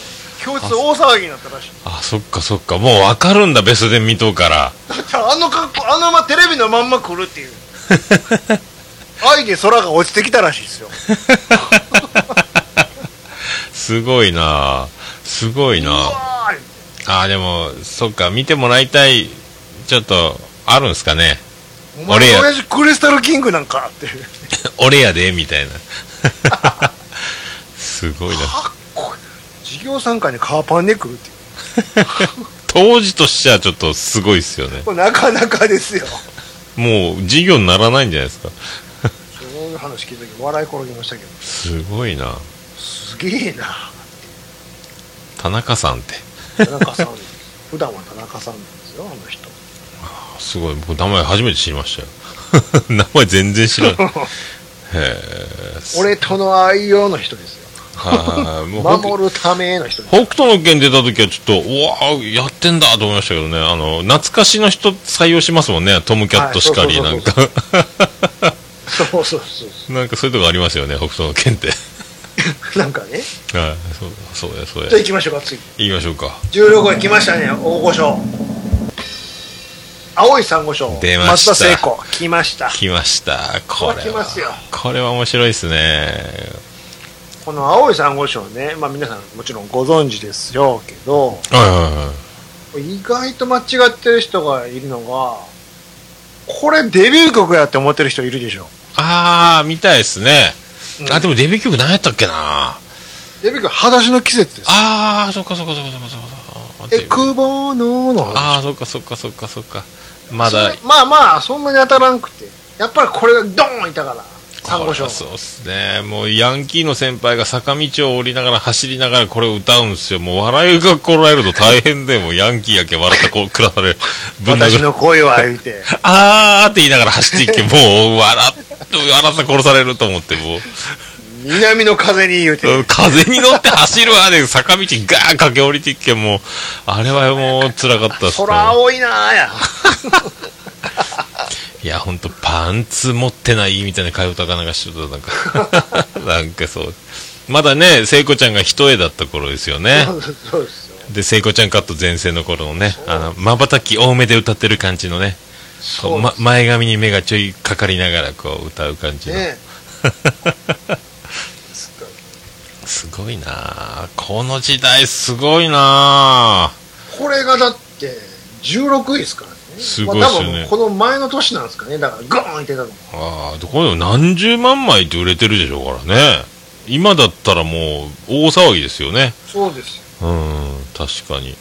[SPEAKER 2] 教室大騒ぎになったらしい。
[SPEAKER 1] あ、そっかそっか。もうわかるんだ、ベスで見とうから。
[SPEAKER 2] だって [LAUGHS] あの格好あのままテレビのまんま来るっ
[SPEAKER 1] [LAUGHS]
[SPEAKER 2] ていう愛で空が落ちてきたらしいですよ
[SPEAKER 1] すごいなすごいうな
[SPEAKER 2] わー
[SPEAKER 1] あ、でも、そっか、見てもらいたい、ちょっと、あるんすかね。
[SPEAKER 2] お前
[SPEAKER 1] 俺や
[SPEAKER 2] の親父クリスタルキングなんかっていう
[SPEAKER 1] 俺やで、みたいな。すごいな。
[SPEAKER 2] かっこいい授業参加にカーパンで来るっていう
[SPEAKER 1] 当時としてはちょっとすごいっすよね。
[SPEAKER 2] これなかなかですよ
[SPEAKER 1] もう、授業にならないんじゃないですか。
[SPEAKER 2] そういう話聞いた時笑い転げましたけど
[SPEAKER 1] すごいな
[SPEAKER 2] すげえな
[SPEAKER 1] 田中さんって。
[SPEAKER 2] 田中さん普段は田中さんなんですよあの人
[SPEAKER 1] すごい僕名前初めて知りましたよ名前全然知らないへえ
[SPEAKER 2] 俺との愛用の人ですよ
[SPEAKER 1] はいもう北
[SPEAKER 2] 守るための人です
[SPEAKER 1] 北斗の拳出た時はちょっとうわあやってんだと思いましたけどねあの懐かしの人採用しますもんねトムキャットしかり
[SPEAKER 2] は
[SPEAKER 1] ないん
[SPEAKER 2] そう
[SPEAKER 1] か
[SPEAKER 2] そそうそうそう
[SPEAKER 1] [LAUGHS]
[SPEAKER 2] そ
[SPEAKER 1] なんかそういうとこありますよね北斗の拳って [LAUGHS]
[SPEAKER 2] うなんかね
[SPEAKER 1] はいそうそうやそうや
[SPEAKER 2] じゃあ行きましょうか次
[SPEAKER 1] 言いましょうか
[SPEAKER 2] 十両号来ましたね大御所青い珊瑚礁
[SPEAKER 1] 出ました
[SPEAKER 2] 松田聖子来ました
[SPEAKER 1] 来ましたこれ
[SPEAKER 2] 来
[SPEAKER 1] は
[SPEAKER 2] ますよ
[SPEAKER 1] これは面白いですね
[SPEAKER 2] この青い珊瑚礁ねまあ皆さんもちろんご存知ですよけど
[SPEAKER 1] はいはいはい
[SPEAKER 2] 意外と間違ってる人がいるのがこれデビュー曲やって思ってる人いるでしょ
[SPEAKER 1] ああ見たいですね、
[SPEAKER 2] うん
[SPEAKER 1] あでもデビュー曲何やったっけな
[SPEAKER 2] デビュー曲「裸足の季節」です
[SPEAKER 1] ああ、そっかそっかそっかそっかそっか
[SPEAKER 2] 「
[SPEAKER 1] そっ
[SPEAKER 2] え
[SPEAKER 1] か。
[SPEAKER 2] くぼの」の話
[SPEAKER 1] ああ、そっかそっかそっかそっか。まだ
[SPEAKER 2] そ、れまあまあそんなに当たらんくてやっぱりこれがドーンいたから珊瑚
[SPEAKER 1] これ
[SPEAKER 2] 礁
[SPEAKER 1] はそうっすね。もうヤンキーの先輩が坂道を降りながら走りながらこれを歌うんすよ。もう笑いがこらえると大変で、もうヤンキーやけ笑ったこう、くらされる。ぶん
[SPEAKER 2] 私
[SPEAKER 1] 殴る。
[SPEAKER 2] の恋は言うて
[SPEAKER 1] あーって言いながら走っていけ、もう笑って、笑った殺されると思って、もう。
[SPEAKER 2] 南の風に言うて
[SPEAKER 1] うん風に乗って走るわで、坂道ガーッ駆け下りていけ、もう。あれはもう辛かったっすね。
[SPEAKER 2] 空青いなーや
[SPEAKER 1] いや、ほんと、パンツ持ってないみたいな替え歌かなんかしてた、なんか。 [LAUGHS] なんかそう。まだね、聖子ちゃんが一重だった頃ですよね。
[SPEAKER 2] そう [LAUGHS] そうですよ
[SPEAKER 1] で、聖子ちゃんカット全盛の頃のね、あの、瞬き多めで歌ってる感じのね、こう
[SPEAKER 2] そう
[SPEAKER 1] ま
[SPEAKER 2] です
[SPEAKER 1] 前髪に目がちょいかかりながらこう歌う感じの。
[SPEAKER 2] ね
[SPEAKER 1] すごいなあこの時代すごいなあ
[SPEAKER 2] これがだって16位ですからね
[SPEAKER 1] すごいっすよね
[SPEAKER 2] まあ多分この前の年なんですかねだからガーンってたの
[SPEAKER 1] ああ、どこでも何十万枚って売れてるでしょうからね。今だったらもう大騒ぎですよね。
[SPEAKER 2] そうですよ
[SPEAKER 1] うん、確かに。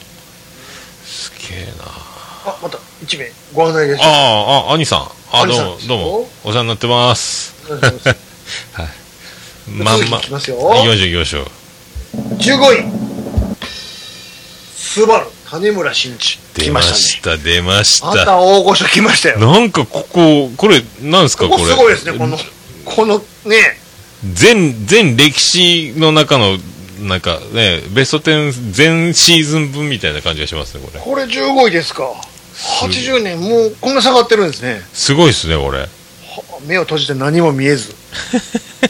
[SPEAKER 1] すげえな。
[SPEAKER 2] あまた1名ご案内です
[SPEAKER 1] ああ、あ、兄さん。あ、ど
[SPEAKER 2] 兄
[SPEAKER 1] う
[SPEAKER 2] さん
[SPEAKER 1] も、どうも。お世話になってます。
[SPEAKER 2] お願い [LAUGHS] します
[SPEAKER 1] まんま。
[SPEAKER 2] 続きいきますよ
[SPEAKER 1] 行きましょう、行きましょう。
[SPEAKER 2] 15位スバル谷村新司
[SPEAKER 1] 出
[SPEAKER 2] 来
[SPEAKER 1] ま
[SPEAKER 2] ま
[SPEAKER 1] し、
[SPEAKER 2] した
[SPEAKER 1] 出ました
[SPEAKER 2] ねま
[SPEAKER 1] た。
[SPEAKER 2] た大御所来ましたよ
[SPEAKER 1] なんか、ここ、これ、なんですか、
[SPEAKER 2] こ
[SPEAKER 1] こ
[SPEAKER 2] こ
[SPEAKER 1] れ。
[SPEAKER 2] すごいですねこのこのね
[SPEAKER 1] 全、全歴史の中の、なんかね、ベスト10全シーズン分みたいな感じがしますね、これ。
[SPEAKER 2] これ15位ですか80年もうこんな下がってるんですね
[SPEAKER 1] すごいですね、これ。
[SPEAKER 2] は目を閉じて何も見え
[SPEAKER 1] [LAUGHS]
[SPEAKER 2] ず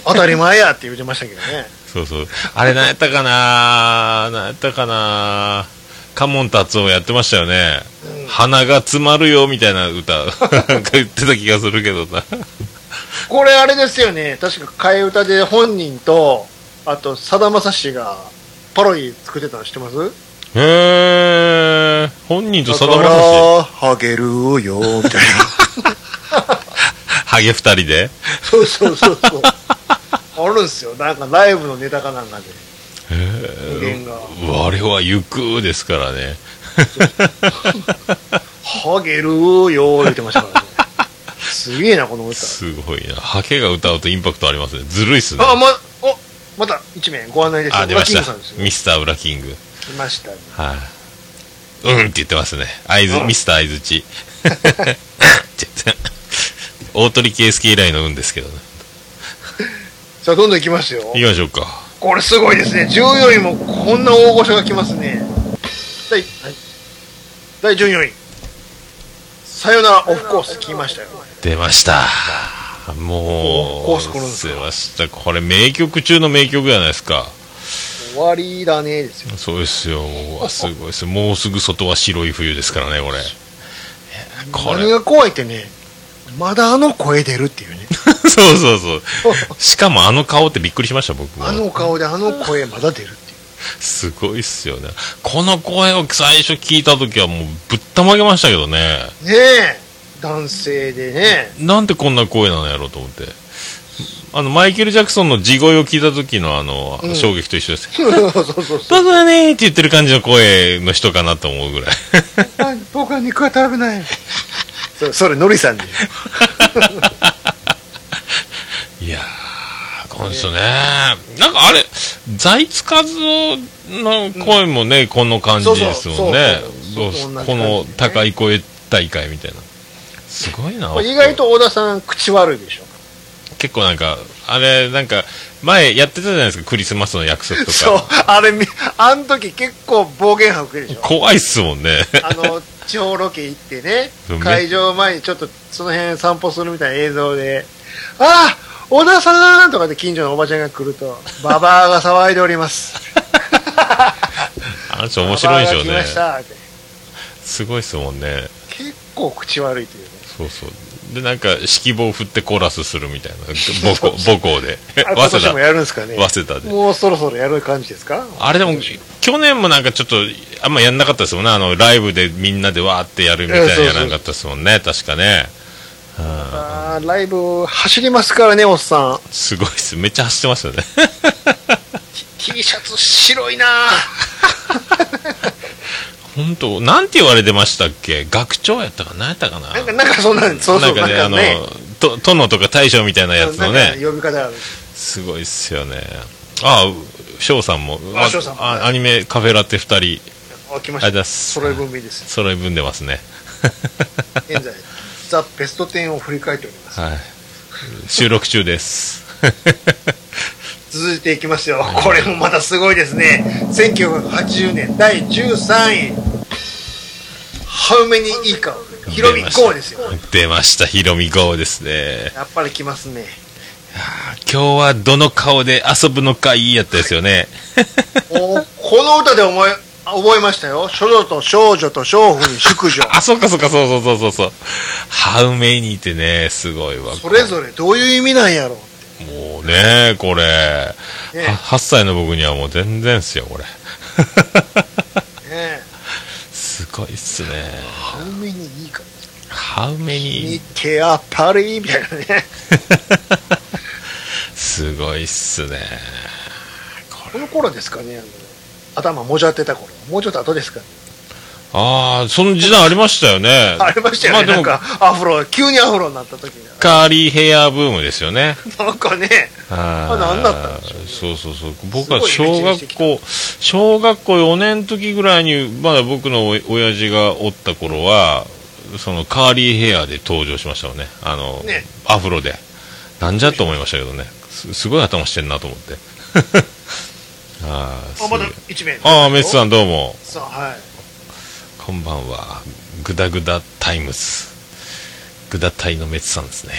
[SPEAKER 2] 当たり前やって言ってましたけどね
[SPEAKER 1] そうそう。あれ、なんやったかななんやったかなカモン達夫やってましたよね。鼻が詰まるよ、みたいな歌。なんか言ってた気がするけどな。
[SPEAKER 2] これあれですよね確か替え歌で本人とあとさだまさしがパロディ作ってたの知ってます
[SPEAKER 1] へえ。本人とさだま
[SPEAKER 2] だから
[SPEAKER 1] さ
[SPEAKER 2] ハゲるよみた
[SPEAKER 1] [LAUGHS]
[SPEAKER 2] いな
[SPEAKER 1] し、ハゲ二人で。
[SPEAKER 2] そうそうそうそうあるんですよなんかライブのネタかなんかで無限が
[SPEAKER 1] 我は行くですからね。
[SPEAKER 2] ハゲるよ言ってましたからねすげえな、この歌。
[SPEAKER 1] すごいな。ハケが歌うとインパクトありますね。ずるいっすね。
[SPEAKER 2] あ、ま、お、また一名ご案内です。
[SPEAKER 1] あ、出まし
[SPEAKER 2] ブラッキングさんです
[SPEAKER 1] た。
[SPEAKER 2] よ
[SPEAKER 1] ミスター・ウラキング。
[SPEAKER 2] 来ましたね。
[SPEAKER 1] はい、うんって言ってますね。合図、
[SPEAKER 2] うん
[SPEAKER 1] ミスター合図値。って言って [LAUGHS] 大鳥圭介以来の運ですけどね。
[SPEAKER 2] さあ、どんどん行きますよ。
[SPEAKER 1] 行きましょうか。
[SPEAKER 2] これすごいですね。14位もこんな大御所が来ますね。第、はい、第14位。さよならオフコース聞きましたよ。
[SPEAKER 1] 出ました。
[SPEAKER 2] お
[SPEAKER 1] もう、
[SPEAKER 2] コース来るんですか
[SPEAKER 1] 出ました。これ名曲中の名曲じゃないですか。
[SPEAKER 2] 終わりだねですよ。
[SPEAKER 1] そうですよ。うわすごいです。もうすぐ外は白い冬ですからね、
[SPEAKER 2] [LAUGHS]
[SPEAKER 1] これ。こ
[SPEAKER 2] 何
[SPEAKER 1] れ。
[SPEAKER 2] が怖いってね、まだあの声出るっていう [LAUGHS] ね。
[SPEAKER 1] そうそうそう。しかもあの顔ってびっくりしました、僕も。
[SPEAKER 2] あの顔であの声まだ出るっていう。
[SPEAKER 1] すごいっすよね。この声を最初聞いた時はもうぶったまげましたけどね。
[SPEAKER 2] ねえ、男性でね。
[SPEAKER 1] なんでこんな声なのやろうと思って。あの、マイケル・ジャクソンの地声を聞いた時のあの、
[SPEAKER 2] うん
[SPEAKER 1] 衝撃と一緒です。
[SPEAKER 2] そうそうそうそう。
[SPEAKER 1] 僕はねーって言ってる感じの声の人かなと思うぐらい。
[SPEAKER 2] [LAUGHS] あ僕は肉は食べない。 [LAUGHS] そそれ、ノリさんで。
[SPEAKER 1] いやー、この人ね。なんかあれ、財津和夫の声もね、この感じですもんね
[SPEAKER 2] そうそうそうそう。
[SPEAKER 1] ど
[SPEAKER 2] 同
[SPEAKER 1] うこ
[SPEAKER 2] じ感じ
[SPEAKER 1] の高い声大会みたいな。すごいな。
[SPEAKER 2] これ意外と小田さん、口悪いでしょ。
[SPEAKER 1] 結構なんか、あれ、なんか、前やってたじゃないですか、クリスマスの約束と
[SPEAKER 2] [LAUGHS] そう
[SPEAKER 1] か。、
[SPEAKER 2] あれみ、あの時結構暴言吐くでしょ。
[SPEAKER 1] 怖いっすもんね。 [LAUGHS]
[SPEAKER 2] あの、地方ロケ行ってね
[SPEAKER 1] そう、ね
[SPEAKER 2] 会場前にちょっとその辺散歩するみたいな映像で、ああ小田さんとかで近所のおばちゃんが来ると、ババアが騒いでおります。
[SPEAKER 1] あの人 [LAUGHS] 面白いでしょう
[SPEAKER 2] ババア
[SPEAKER 1] ね
[SPEAKER 2] が来まし。たって
[SPEAKER 1] すごいっすもんね。
[SPEAKER 2] 結構口悪いというね。
[SPEAKER 1] そうそう。で、なんか、指揮棒振ってコーラスするみたいな。母校、母校で。
[SPEAKER 2] あれ今
[SPEAKER 1] 早
[SPEAKER 2] 年
[SPEAKER 1] 稲
[SPEAKER 2] も
[SPEAKER 1] 田。
[SPEAKER 2] やるんですかね。
[SPEAKER 1] 早稲田で。
[SPEAKER 2] もうそろそろやる感じですか
[SPEAKER 1] あれでも
[SPEAKER 2] 今年、
[SPEAKER 1] 去年もなんかちょっと、あんまやんなかったですもんね。あの、ライブでみんなでわーってやるみたいなのやらなかったですもんね。確かね。うん
[SPEAKER 2] あーライブ走りますからね、おっさん。
[SPEAKER 1] すごいっす。めっちゃ走ってますよね。 [LAUGHS]
[SPEAKER 2] T シャツ白いな
[SPEAKER 1] 本当なんて言われてましたっけ学長やったか何やったかな
[SPEAKER 2] [LAUGHS] なんか、なんかそんなん、そうそ
[SPEAKER 1] なん
[SPEAKER 2] う、
[SPEAKER 1] かね、
[SPEAKER 2] なんかね
[SPEAKER 1] あ、の、と殿とか大将みたいなやつの
[SPEAKER 2] なん
[SPEAKER 1] ね、
[SPEAKER 2] か呼び方がある。
[SPEAKER 1] すごいっすよね。ああ、翔さんも、
[SPEAKER 2] あ翔さんも
[SPEAKER 1] あアニメカフェラテ二人、
[SPEAKER 2] あ、来ま
[SPEAKER 1] ありがとうござい
[SPEAKER 2] し
[SPEAKER 1] ま
[SPEAKER 2] た。
[SPEAKER 1] す
[SPEAKER 2] 揃い分目ですよ。
[SPEAKER 1] 揃い踏んでますね。 [LAUGHS]
[SPEAKER 2] 現在、ザ・ベスト10を振り返っております。
[SPEAKER 1] はい。収録中です。 [LAUGHS]
[SPEAKER 2] 続いていきますよ。これもまたすごいですね。1980年第13位。How many いいか。ヒロミ GO ですよ。
[SPEAKER 1] 出ました、ヒロミ GO ですね。
[SPEAKER 2] やっぱり来ますね。
[SPEAKER 1] 今日はどの顔で遊ぶのかいいやったですよね。
[SPEAKER 2] おこの歌で思い、あ覚えましたよ。処女と少女と娼婦に淑女。
[SPEAKER 1] あ、そうかそうか、そうそうそうそうそう。ハウメニーってね、すごいわ。
[SPEAKER 2] それぞれどういう意味なんやろう
[SPEAKER 1] もうね、これ、
[SPEAKER 2] ね
[SPEAKER 1] は8歳の僕にはもう全然っすよ、これ。 [LAUGHS]
[SPEAKER 2] ってね。
[SPEAKER 1] すごいっすね。
[SPEAKER 2] How many いいか。
[SPEAKER 1] ハウメ
[SPEAKER 2] 見
[SPEAKER 1] ニ
[SPEAKER 2] てあっぱれみたいなね。
[SPEAKER 1] すごいっすね。こ
[SPEAKER 2] こ
[SPEAKER 1] れ
[SPEAKER 2] の頃ですかね、あの頭もじゃってた頃。もうちょっと後ですかね。
[SPEAKER 1] ああ、その時代ありましたよね。
[SPEAKER 2] ありましたよ
[SPEAKER 1] ま
[SPEAKER 2] ね。
[SPEAKER 1] あ
[SPEAKER 2] な
[SPEAKER 1] で
[SPEAKER 2] ん
[SPEAKER 1] も、
[SPEAKER 2] か、アフロ、急にアフロになった時に。
[SPEAKER 1] カーリーヘアブームですよね。
[SPEAKER 2] なんかね、
[SPEAKER 1] あー
[SPEAKER 2] あ何だったんでしょうね
[SPEAKER 1] そうそうそう。僕は
[SPEAKER 2] すごい
[SPEAKER 1] 小
[SPEAKER 2] 歴史
[SPEAKER 1] 学
[SPEAKER 2] 的
[SPEAKER 1] 校、小学校4年の時ぐらいに、まだ僕のお親父がおった頃は、そのカーリーヘアで登場しましたよね。あの、
[SPEAKER 2] ね
[SPEAKER 1] アフロで。なんじゃと思いましたけどね。すすごい頭してんなと思って。 [LAUGHS] あー
[SPEAKER 2] あ、まだ
[SPEAKER 1] すごい
[SPEAKER 2] 一名。
[SPEAKER 1] あー、メッツ
[SPEAKER 2] ん。
[SPEAKER 1] さんどうも。
[SPEAKER 2] さあ、はい。
[SPEAKER 1] こんばんは。グダグダタイムズ。グダタイのメッツさんですね。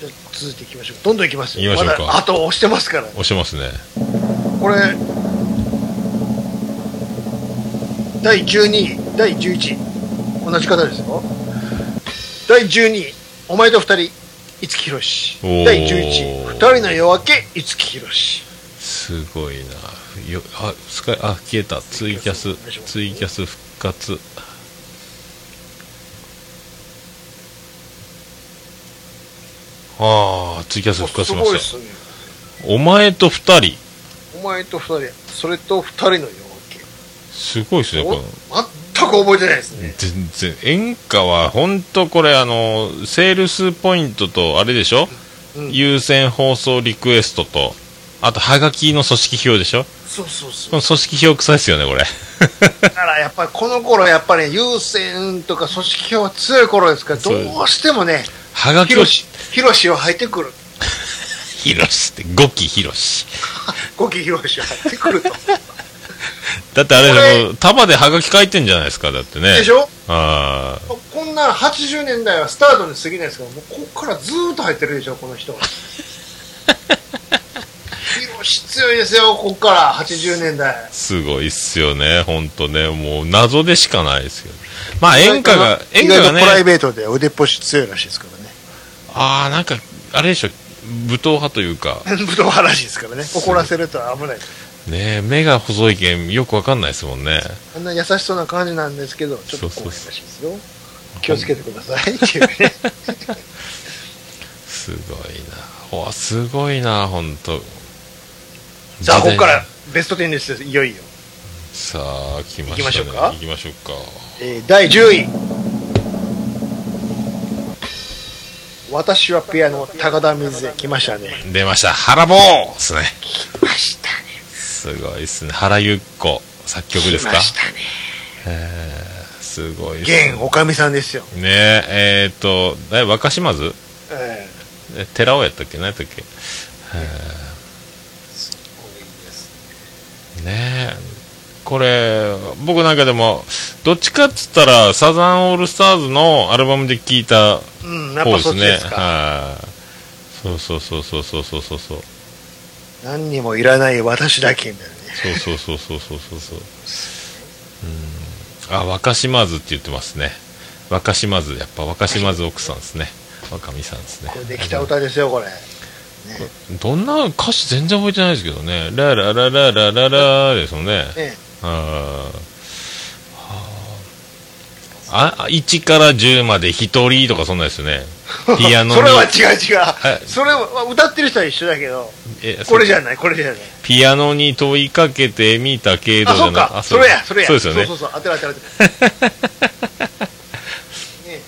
[SPEAKER 2] じゃあ続いていきましょう。どんどんいきますよ。
[SPEAKER 1] 行きましょうか
[SPEAKER 2] だ後を押してますから。
[SPEAKER 1] 押してますね。
[SPEAKER 2] これ、第12位、第11位。同じ方ですよ。第12位、お前と二人、五木ひろし。
[SPEAKER 1] おー
[SPEAKER 2] 第11位、二人の夜明け、五木ひろし。
[SPEAKER 1] すごいなよあスカイあ消えたツイキャスツイキャス復活ああツイキャス復活しま
[SPEAKER 2] おすごいっ
[SPEAKER 1] し
[SPEAKER 2] すね。
[SPEAKER 1] たお前と二人
[SPEAKER 2] お前と二人、それと二人の夜明け。
[SPEAKER 1] すごいっすねこの
[SPEAKER 2] お全くく覚えてないですね。
[SPEAKER 1] 全然演歌は本当これあのセールスポイントとあれでしょ、
[SPEAKER 2] うん
[SPEAKER 1] 優先放送リクエストとあとはがきの組織票でしょ
[SPEAKER 2] そうそうそ
[SPEAKER 1] こ
[SPEAKER 2] う。
[SPEAKER 1] の組織票臭いですよねこれ [LAUGHS]
[SPEAKER 2] だからやっぱりこの頃やっぱり、ね、優先とか組織票は強い頃ですから、ど
[SPEAKER 1] そうです
[SPEAKER 2] うしてもね、
[SPEAKER 1] はがき
[SPEAKER 2] ヒロシ、ヒロシを履いてくる。
[SPEAKER 1] ひろしって5期ひろし
[SPEAKER 2] ゴキヒロシを履いてく
[SPEAKER 1] [LAUGHS]
[SPEAKER 2] ると。
[SPEAKER 1] だってあれ
[SPEAKER 2] これ
[SPEAKER 1] でも束ではがき書いてんじゃないですかだってね
[SPEAKER 2] でしょ
[SPEAKER 1] ああ
[SPEAKER 2] こんな80年代はスタートに過ぎないですから、もうここからずーっと入ってるでしょ、この人
[SPEAKER 1] [LAUGHS]
[SPEAKER 2] は。ヒロシ強いですよ、ここから80年代。
[SPEAKER 1] すごいっすよね本当ねもう謎でしかないですよまあ演歌が演歌がね
[SPEAKER 2] 意外とプライベートで腕っぽし強いらしいですからね。
[SPEAKER 1] ああなんかあれでしょ武闘派というか
[SPEAKER 2] 武道派らしいですからね。 [LAUGHS] 怒らせると危ない。
[SPEAKER 1] ねえ目が細いけんよくわかんないですもんね
[SPEAKER 2] あんな優しそうな感じなんですけど、ちょっと怖いらしいですよ。気をつけてくださ
[SPEAKER 1] [LAUGHS]
[SPEAKER 2] いっていうね。
[SPEAKER 1] すごいなおすごいな本当
[SPEAKER 2] さあ、こ
[SPEAKER 1] こ
[SPEAKER 2] こからベスト10ですよ、いよいよ。
[SPEAKER 1] さあ来ま
[SPEAKER 2] 行きまし
[SPEAKER 1] し
[SPEAKER 2] ょ
[SPEAKER 1] た
[SPEAKER 2] う
[SPEAKER 1] ね
[SPEAKER 2] か
[SPEAKER 1] 行きましょうか
[SPEAKER 2] えー第10位。私はピアノ、高田水江来ましたね。
[SPEAKER 1] 出ました腹棒ですね
[SPEAKER 2] 来ましたね。
[SPEAKER 1] すごいですね原由子作曲です
[SPEAKER 2] 来
[SPEAKER 1] か
[SPEAKER 2] ましたね。
[SPEAKER 1] すごいっす
[SPEAKER 2] 現、おかみさんですよ。
[SPEAKER 1] ねええっ、とえ若島津
[SPEAKER 2] え
[SPEAKER 1] え寺尾やったっけ何やったっけ
[SPEAKER 2] ーすごいです
[SPEAKER 1] ねえこれ僕なんかでもどっちかっつったらサザンオールスターズのアルバムで聴いた
[SPEAKER 2] うん、や
[SPEAKER 1] 方
[SPEAKER 2] っぱ
[SPEAKER 1] で
[SPEAKER 2] そ
[SPEAKER 1] す
[SPEAKER 2] っち
[SPEAKER 1] ね
[SPEAKER 2] ですか。
[SPEAKER 1] はいそうそうそうそうそうそうそうそう
[SPEAKER 2] 何にもいらない私だけみたいなね。
[SPEAKER 1] そうそうそうそうそうそううんあ若島津って言ってますね若島津やっぱ若島津奥さんですね若見さんですね
[SPEAKER 2] これできた歌ですよ、これ。
[SPEAKER 1] どんな歌詞全然覚えてないですけどね「ラララララララ」ですもんね
[SPEAKER 2] ね
[SPEAKER 1] あーああ1から10まで1人とかそんなんですよねピアノに
[SPEAKER 2] [LAUGHS] それは違う違う、
[SPEAKER 1] い
[SPEAKER 2] それは歌ってる人は一緒だけど
[SPEAKER 1] えそう
[SPEAKER 2] これじゃないこれじゃない
[SPEAKER 1] ピアノに問いかけてみたけど
[SPEAKER 2] あ
[SPEAKER 1] じゃ
[SPEAKER 2] そう
[SPEAKER 1] ない
[SPEAKER 2] かそれやそれや
[SPEAKER 1] そうですよね
[SPEAKER 2] そうそうそう当てら当てら
[SPEAKER 1] [LAUGHS]
[SPEAKER 2] 当てらね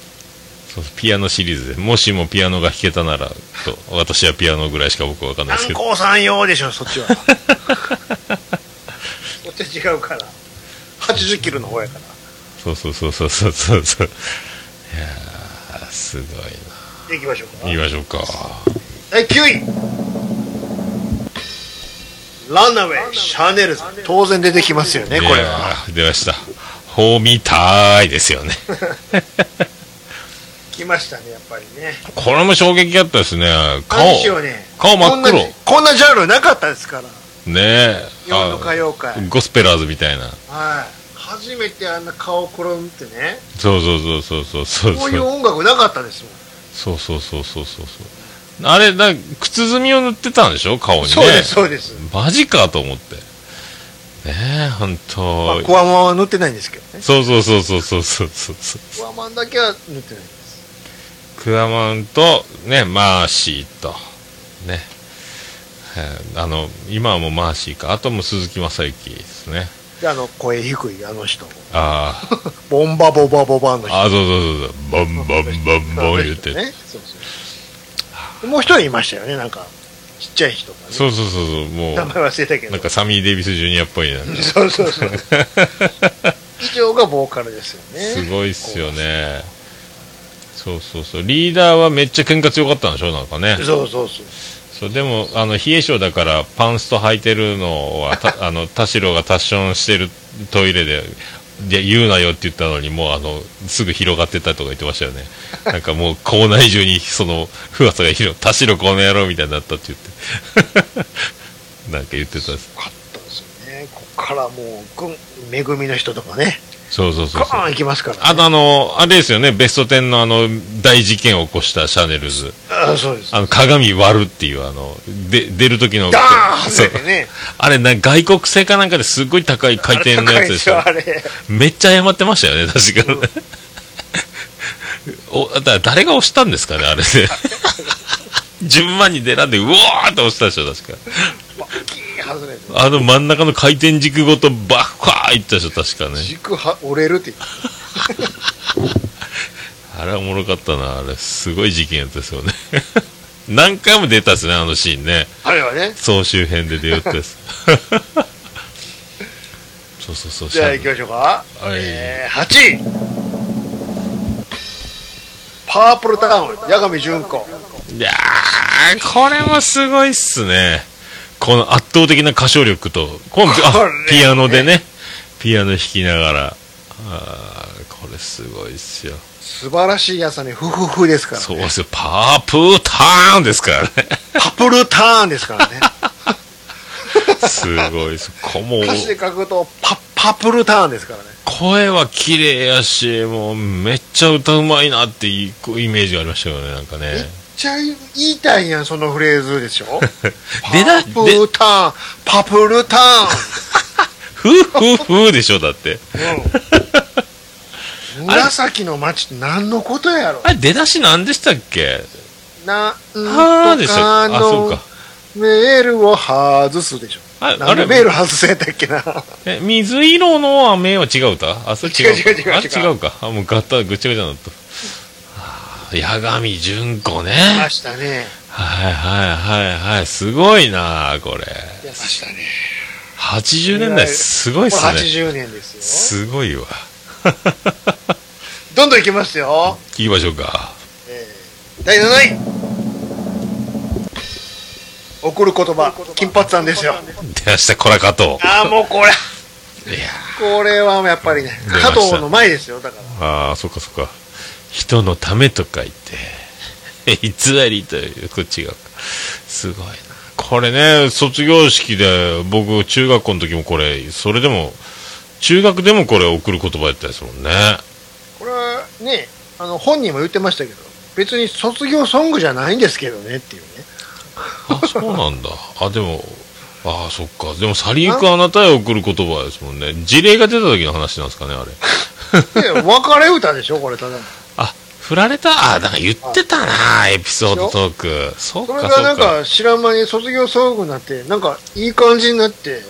[SPEAKER 1] そうピアノシリーズでもしもピアノが弾けたならと私はピアノぐらいしか僕は分かんないです
[SPEAKER 2] 南
[SPEAKER 1] けど
[SPEAKER 2] 光さん用でしょそ
[SPEAKER 1] [LAUGHS]
[SPEAKER 2] っちはそっちは違うから80キロの方やから
[SPEAKER 1] そうそうそうそうそうそうそういやーすごい
[SPEAKER 2] でいきましょうか
[SPEAKER 1] な行きましょうか
[SPEAKER 2] 第9位ランナウェイシャネルズ当然出てきますよねこれは
[SPEAKER 1] は出ましたホーミータイですよね
[SPEAKER 2] 来ましたねやっぱりね
[SPEAKER 1] これも衝撃だったですね顔
[SPEAKER 2] 何しろね
[SPEAKER 1] 顔真っ黒
[SPEAKER 2] こんなこんなジャンルなかったですから
[SPEAKER 1] ねえ
[SPEAKER 2] 日本の歌謡界
[SPEAKER 1] あゴスペラーズみたいな
[SPEAKER 2] はい初めてあんな顔ころんってね
[SPEAKER 1] そうそうそうそうそうそう
[SPEAKER 2] こ
[SPEAKER 1] そう
[SPEAKER 2] いう音楽なかったですもん
[SPEAKER 1] うそうそうそうそうそうあれだ靴墨を塗ってたんでしょ顔にね
[SPEAKER 2] そうですそうです
[SPEAKER 1] マジかと思ってねえ本
[SPEAKER 2] まあ
[SPEAKER 1] 当、
[SPEAKER 2] コアマンは塗ってないんですけどね
[SPEAKER 1] そうそうそうそうそうそうそうそう
[SPEAKER 2] コアマンだけは塗ってないです
[SPEAKER 1] クアマンとねマーシーとねえーあの今はもうマーシーかあともう鈴木雅之ですね
[SPEAKER 2] であの声低いあの人
[SPEAKER 1] あー
[SPEAKER 2] ボンバボバボバの人
[SPEAKER 1] あーそうそうそうそうボンボンボンボン言って
[SPEAKER 2] ねそうそうもう一人いましたよねなんかちっちゃい人がね
[SPEAKER 1] そうそうそうそうもう
[SPEAKER 2] 名前忘れたけど
[SPEAKER 1] なんかサミー・デイビス・ジュニアっぽいな
[SPEAKER 2] そうそう [LAUGHS] そう以上がボーカルですよね
[SPEAKER 1] すごいっすよねそうそうそうリーダーはめっちゃ喧嘩強かったんでしょなんかね
[SPEAKER 2] そうそうそう
[SPEAKER 1] そうでもあの冷え性だからパンスト履いてるのはた [LAUGHS] あの田代がタッションしてるトイレでで言うなよって言ったのにもうあのすぐ広がってたとか言ってました
[SPEAKER 2] [LAUGHS]
[SPEAKER 1] よねなんかもう校内中にその不圧が広田代この野郎みたいになったって言って [LAUGHS] なんか言ってたんです
[SPEAKER 2] よかったですよね。ここからもう、ぐん、恵みの人とかね、
[SPEAKER 1] そうそうそ
[SPEAKER 2] ガ
[SPEAKER 1] うそう
[SPEAKER 2] ーン行きますから、
[SPEAKER 1] あ
[SPEAKER 2] ね。
[SPEAKER 1] とあの、あれですよね、ベスト10のあの、大事件を起こしたシャネルズ。
[SPEAKER 2] ああ、そうです。
[SPEAKER 1] あの、鏡割るっていう、あの、で、出る時の。
[SPEAKER 2] ダーン
[SPEAKER 1] そう
[SPEAKER 2] 外れてね。
[SPEAKER 1] あれ、な外国製かなんかですっごい高い回転のやつでしょ
[SPEAKER 2] あ。れ高いですよ、
[SPEAKER 1] めっちゃ謝ってましたよね、確かね。お、だから誰が押したんですかね、あれで。順番に出らんで、うわーって押したでしょ、確か。
[SPEAKER 2] あれ。大きい外れる。
[SPEAKER 1] あの真ん中の回転軸ごとバッカーいったでしょ、確かね。
[SPEAKER 2] 軸は折れるって言って
[SPEAKER 1] あれはおもろかったな、あれ。すごい事件やったですよね。何回も出たっすね、あのシーンね。
[SPEAKER 2] あれはね。
[SPEAKER 1] 総集編で出よった
[SPEAKER 2] [LAUGHS]
[SPEAKER 1] です。そうそうそう。
[SPEAKER 2] じゃあ行きましょうか。
[SPEAKER 1] い
[SPEAKER 2] えー、8位。パープルタウン、八神純子。
[SPEAKER 1] いやー、これもすごいっすね。この圧倒的な歌唱力と、このあ
[SPEAKER 2] これね
[SPEAKER 1] ピアノでね、ピアノ弾きながら。あーこれすごいっすよ。
[SPEAKER 2] 素晴らしいやさにフフフですから、ね。
[SPEAKER 1] そうっすよ。パープーターンですから
[SPEAKER 2] [LAUGHS]
[SPEAKER 1] ね。
[SPEAKER 2] パプルターンで
[SPEAKER 1] [LAUGHS]
[SPEAKER 2] すからね。
[SPEAKER 1] すごいっす。こもう
[SPEAKER 2] 歌詞で書くと、パ、パプルターンですからね。
[SPEAKER 1] 声は綺麗やし、もうめっちゃ歌うまいなっていうこうイメージがありましたよね、なんか
[SPEAKER 2] めっ
[SPEAKER 1] ね。
[SPEAKER 2] ちゃ言いたいやん、そのフレーズで
[SPEAKER 1] [LAUGHS]
[SPEAKER 2] しょ。
[SPEAKER 1] 出だ
[SPEAKER 2] パプルターン、パプルタ
[SPEAKER 1] ふーふーふーでしょ、だって。
[SPEAKER 2] ーン。うん、 [LAUGHS] 紫の街って何のことやろ
[SPEAKER 1] あれ、出だし何でしたっけ
[SPEAKER 2] なん
[SPEAKER 1] あーで
[SPEAKER 2] と
[SPEAKER 1] した
[SPEAKER 2] か
[SPEAKER 1] っけあ、そう
[SPEAKER 2] の
[SPEAKER 1] か。
[SPEAKER 2] メールを外すでしょ。
[SPEAKER 1] あ
[SPEAKER 2] な
[SPEAKER 1] あ
[SPEAKER 2] んで
[SPEAKER 1] れ、
[SPEAKER 2] メール外せんだっけな。
[SPEAKER 1] え水色の雨は違う歌あ、それ違う。
[SPEAKER 2] 違う違う違う
[SPEAKER 1] あ
[SPEAKER 2] 違う
[SPEAKER 1] 違うか。あ、もうガッタ、ぐちゃぐちゃになった。はあ八神純子ね。
[SPEAKER 2] 出ましたね。
[SPEAKER 1] はいはいはいはい。すごいなこれ。
[SPEAKER 2] 出ましたね。
[SPEAKER 1] 80年代すごいっす
[SPEAKER 2] これ
[SPEAKER 1] ね。
[SPEAKER 2] 80年ですよ。
[SPEAKER 1] すごいわ。
[SPEAKER 2] どんどんいきますよ。
[SPEAKER 1] 行きましょうか。
[SPEAKER 2] えー第7位。送る言葉、金髪さんですよ。
[SPEAKER 1] 出ました、コラ加藤。い
[SPEAKER 2] ああ、もうこれ、
[SPEAKER 1] や
[SPEAKER 2] これはやっぱりね、
[SPEAKER 1] 出ました
[SPEAKER 2] 加藤の前ですよ、だから。
[SPEAKER 1] ああ、そっかそっか。人のためと書いて、 [LAUGHS] 偽りという、こっちが。すごいな。これね、卒業式で、僕、中学校の時もこれ、それでも、中学でもこれ送る言葉やったですもんね。
[SPEAKER 2] これはね、あの、本人も言ってましたけど、別に卒業ソングじゃないんですけどねってい
[SPEAKER 1] [LAUGHS]
[SPEAKER 2] うね。
[SPEAKER 1] あ、そうなんだ。あ、でも、ああ、そっか。でも、去りゆくあなたへ送る言葉ですもんね。事例が出た時の話なんですかね、あれ。
[SPEAKER 2] で別れ歌でしょ、これ、ただの。
[SPEAKER 1] あ、振られたあ、なんか言ってたな、エピソードトーク。そっ
[SPEAKER 2] そ
[SPEAKER 1] か、そ
[SPEAKER 2] れ
[SPEAKER 1] っ
[SPEAKER 2] がなん
[SPEAKER 1] か。
[SPEAKER 2] か知らん間に卒業ソングになって、なんかいい感じになって、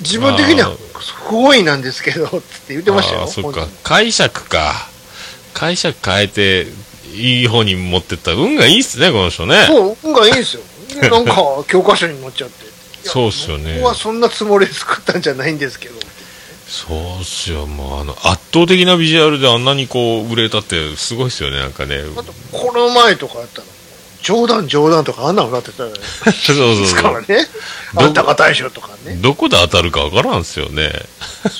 [SPEAKER 2] 自分的には
[SPEAKER 1] あ
[SPEAKER 2] 不意なんですけどって言ってました
[SPEAKER 1] あ
[SPEAKER 2] よ。
[SPEAKER 1] ーそっ
[SPEAKER 2] 本
[SPEAKER 1] か解釈か解釈変えていい方に持ってった運がいいっすねこの人ね
[SPEAKER 2] 人そう、運がいいんですよ。でなんか教科書に載っちゃって。いや
[SPEAKER 1] そうっすよね
[SPEAKER 2] 僕はそんなつもりで作ったんじゃないんですけど。
[SPEAKER 1] そうっすよもうあの圧倒的なビジュアルであんなにこう売れたってすごいっすよねなんか
[SPEAKER 2] [LAUGHS]
[SPEAKER 1] ね
[SPEAKER 2] あと、この前とかやったら、冗談冗談とかあんなのなってたら、ね、
[SPEAKER 1] そうそう
[SPEAKER 2] です
[SPEAKER 1] そ
[SPEAKER 2] から
[SPEAKER 1] う
[SPEAKER 2] ね。
[SPEAKER 1] ど
[SPEAKER 2] あんたが大将とかね。
[SPEAKER 1] どこで当たるかわからんっすよね [LAUGHS]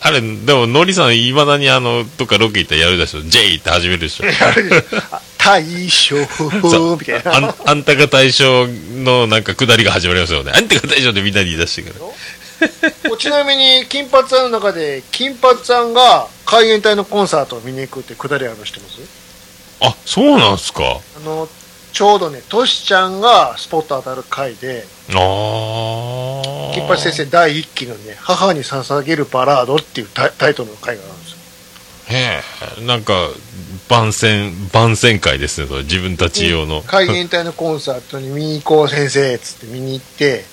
[SPEAKER 1] あれでもノリさんいまだにあのとかロケ行ったらやるでしょ「J」って始めるでし
[SPEAKER 2] [LAUGHS]
[SPEAKER 1] ょ
[SPEAKER 2] あれでしょあ大将
[SPEAKER 1] そう
[SPEAKER 2] みたいな。
[SPEAKER 1] あんあんたが大将のなんか下りが始まりますよねあんたが大将ってみんなに言い出してから
[SPEAKER 2] もうちなみに、金髪さんの中で、金髪さんが海援隊のコンサートを見に行くってくだりあるの知ってます
[SPEAKER 1] あそうなんすか
[SPEAKER 2] あの、ちょうどね、トシちゃんがスポット当たる回で、
[SPEAKER 1] ああ。
[SPEAKER 2] 金髪先生第一期のね、母に捧げるバラードっていうタイタイトルの回があるんですよ。
[SPEAKER 1] へえ。なんか、番宣、番宣会ですね、それ。自分たち用の。
[SPEAKER 2] 海援隊のコンサートに見に行こう先生っつって見に行って、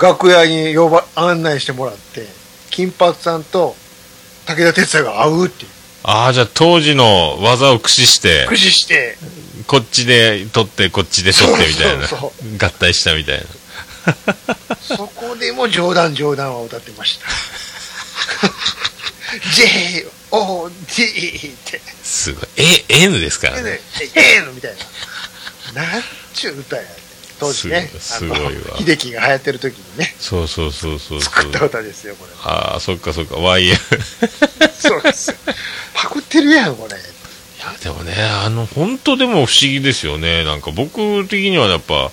[SPEAKER 2] 楽屋に呼ば、案内してもらって、金髪さんと武田鉄矢が会うっていう。
[SPEAKER 1] [LAUGHS] ああ、じゃあ当時の技を駆使して、
[SPEAKER 2] 駆使して、
[SPEAKER 1] こっちで撮って、こっちで撮ってみたいな。
[SPEAKER 2] そうそう
[SPEAKER 1] 合体したみたいな。
[SPEAKER 2] そこでも冗談冗談は歌ってました。J-O-D って、
[SPEAKER 1] すごい。え、N ですからね。
[SPEAKER 2] えのみたいな。なんちゅう歌や。当時ね、
[SPEAKER 1] すごい
[SPEAKER 2] あの
[SPEAKER 1] すごいわ
[SPEAKER 2] 秀樹が流行ってる時にね、
[SPEAKER 1] そうそうそうそうそ
[SPEAKER 2] 作
[SPEAKER 1] う
[SPEAKER 2] っ。た歌ですよ、これ。
[SPEAKER 1] ああ、そっかそっか。YM。い
[SPEAKER 2] そうですよ。パクってるやん、これ。
[SPEAKER 1] や、でもね、あの、本当でも不思議ですよね。なんか僕的にはやっぱ、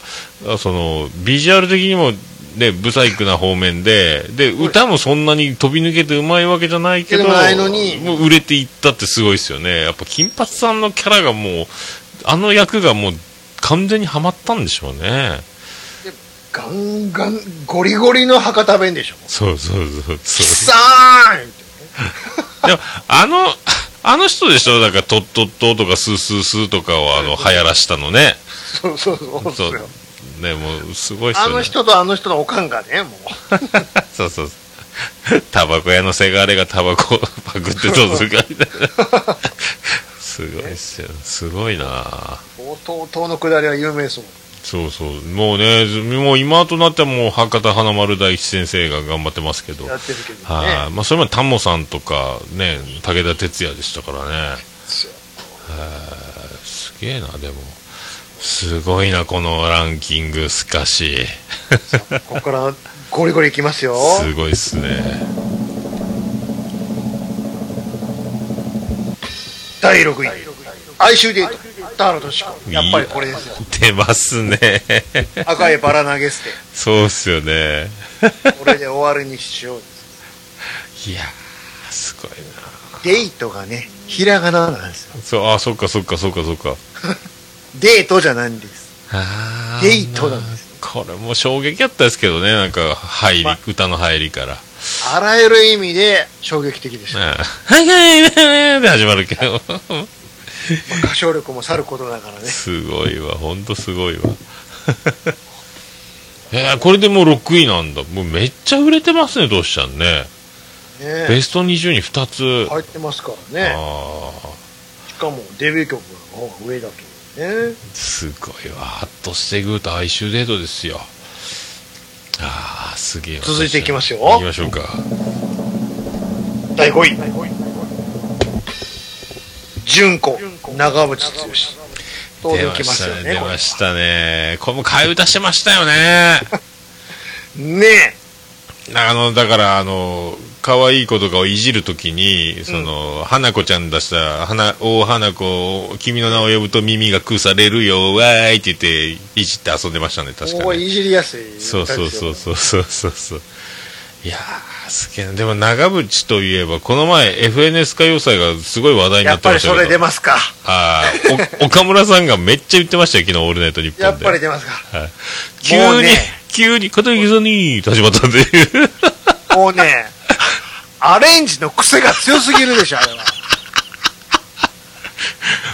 [SPEAKER 1] あその、ビジュアル的にも、ね、ブサイクな方面で、で、歌もそんなに飛び抜けてうまいわけじゃないけど、
[SPEAKER 2] でもないのに
[SPEAKER 1] もう売れていったってすごいですよね。やっぱ金髪さんのキャラがもう、あの役がもう完全にはまったんでしょうね。
[SPEAKER 2] ガンガン、ゴリゴリの博多弁でしょ。
[SPEAKER 1] そうそうそう
[SPEAKER 2] キ
[SPEAKER 1] そ
[SPEAKER 2] さーん
[SPEAKER 1] う。でも、あの、あの人でしょだから、トットットとかスースースーとかをあの、流行らしたのね。
[SPEAKER 2] そうそうそう。
[SPEAKER 1] そう
[SPEAKER 2] そう
[SPEAKER 1] ね、もう、すごいっす
[SPEAKER 2] あ
[SPEAKER 1] よね。
[SPEAKER 2] の人とあの人のおかんがね、もう。
[SPEAKER 1] そうそうそう。タバコ屋のせがれがタバコを [LAUGHS] パクってどうするかみたい
[SPEAKER 2] [LAUGHS]
[SPEAKER 1] な。すごいっすよ。すごいなあ
[SPEAKER 2] 冒頭のくだりは有名ですもん。
[SPEAKER 1] そうそう。もうね、ずもう今となってはもう博多華丸大吉先生が頑張ってますけど。
[SPEAKER 2] や
[SPEAKER 1] はい、
[SPEAKER 2] ってるけどね。
[SPEAKER 1] まあ、それまでタモさんとか、ね、武田鉄矢でしたからね。すげえな、でも。すごいな、このランキング、すかし。
[SPEAKER 2] ここからゴリゴリいきますよ。
[SPEAKER 1] すごいっすね。
[SPEAKER 2] 第6位。哀愁デート。田原俊子。やっぱりこれですよ。
[SPEAKER 1] 出ますね。
[SPEAKER 2] 赤いバラ投げ捨て。
[SPEAKER 1] そうっすよね。
[SPEAKER 2] これで終わりにしよう。
[SPEAKER 1] いやー、すごい
[SPEAKER 2] デートがね、ひらがななんですよ。
[SPEAKER 1] な。そう、あ、そっかそっかそっかそっか。
[SPEAKER 2] デートじゃないんです。
[SPEAKER 1] あ。
[SPEAKER 2] デートなんです
[SPEAKER 1] これも衝撃やったですけどね、なんか、入り、
[SPEAKER 2] ま
[SPEAKER 1] 歌の入りから。
[SPEAKER 2] あらゆる意味で衝撃的でした。ま
[SPEAKER 1] ああはいはいはいはいで始まるけど。
[SPEAKER 2] あ歌唱力もさることだからね。
[SPEAKER 1] すごいわ、ほんとすごいわ。 [LAUGHS] えー、これでもう6位なんだ。もうめっちゃ売れてますね、どうしちゃんね。
[SPEAKER 2] ね
[SPEAKER 1] ベスト20に2つ。
[SPEAKER 2] 入ってますからね。
[SPEAKER 1] あ
[SPEAKER 2] しかもデビュー曲の方が上だという
[SPEAKER 1] ー
[SPEAKER 2] ね。
[SPEAKER 1] すごいわ。ハッとしてグーと哀愁デートですよ。ああ、すげえわ
[SPEAKER 2] 続いていきますよ
[SPEAKER 1] 行きましょうか。
[SPEAKER 2] 第5位。純子、長渕剛。当然来ましたよね。
[SPEAKER 1] 出
[SPEAKER 2] これ
[SPEAKER 1] ましたね。これも替え歌してましたよ
[SPEAKER 2] [LAUGHS]
[SPEAKER 1] ね。
[SPEAKER 2] ね
[SPEAKER 1] あの、だから、あの、可愛い子とかをいじるときに、その、花子ちゃん出した、花、大花子を、君の名を呼ぶと耳がくされるよ、わーいって言って、いじって遊んでましたね、
[SPEAKER 2] え。
[SPEAKER 1] 確
[SPEAKER 2] こ
[SPEAKER 1] か
[SPEAKER 2] こ
[SPEAKER 1] に。
[SPEAKER 2] いじりやすい。
[SPEAKER 1] そうそうそうそうそうそうそう。いやー、すげえな。でも、長渕といえば、この前、FNS 歌謡祭がすごい話題に
[SPEAKER 2] や
[SPEAKER 1] なっ
[SPEAKER 2] ってぱ
[SPEAKER 1] ま
[SPEAKER 2] り
[SPEAKER 1] した
[SPEAKER 2] そ
[SPEAKER 1] けど。
[SPEAKER 2] れ出ますか。
[SPEAKER 1] あーお岡 [LAUGHS] 村さんがめっちゃ言ってましたよ、昨日、オールナイト日本で。
[SPEAKER 2] やっぱり出ますか。
[SPEAKER 1] 急
[SPEAKER 2] もう
[SPEAKER 1] に、
[SPEAKER 2] ね
[SPEAKER 1] 急に、片桐さんに、始まったんで。
[SPEAKER 2] もうね、 [LAUGHS] アレンジの癖が強すぎるでし
[SPEAKER 1] [LAUGHS]
[SPEAKER 2] ょ、あれは。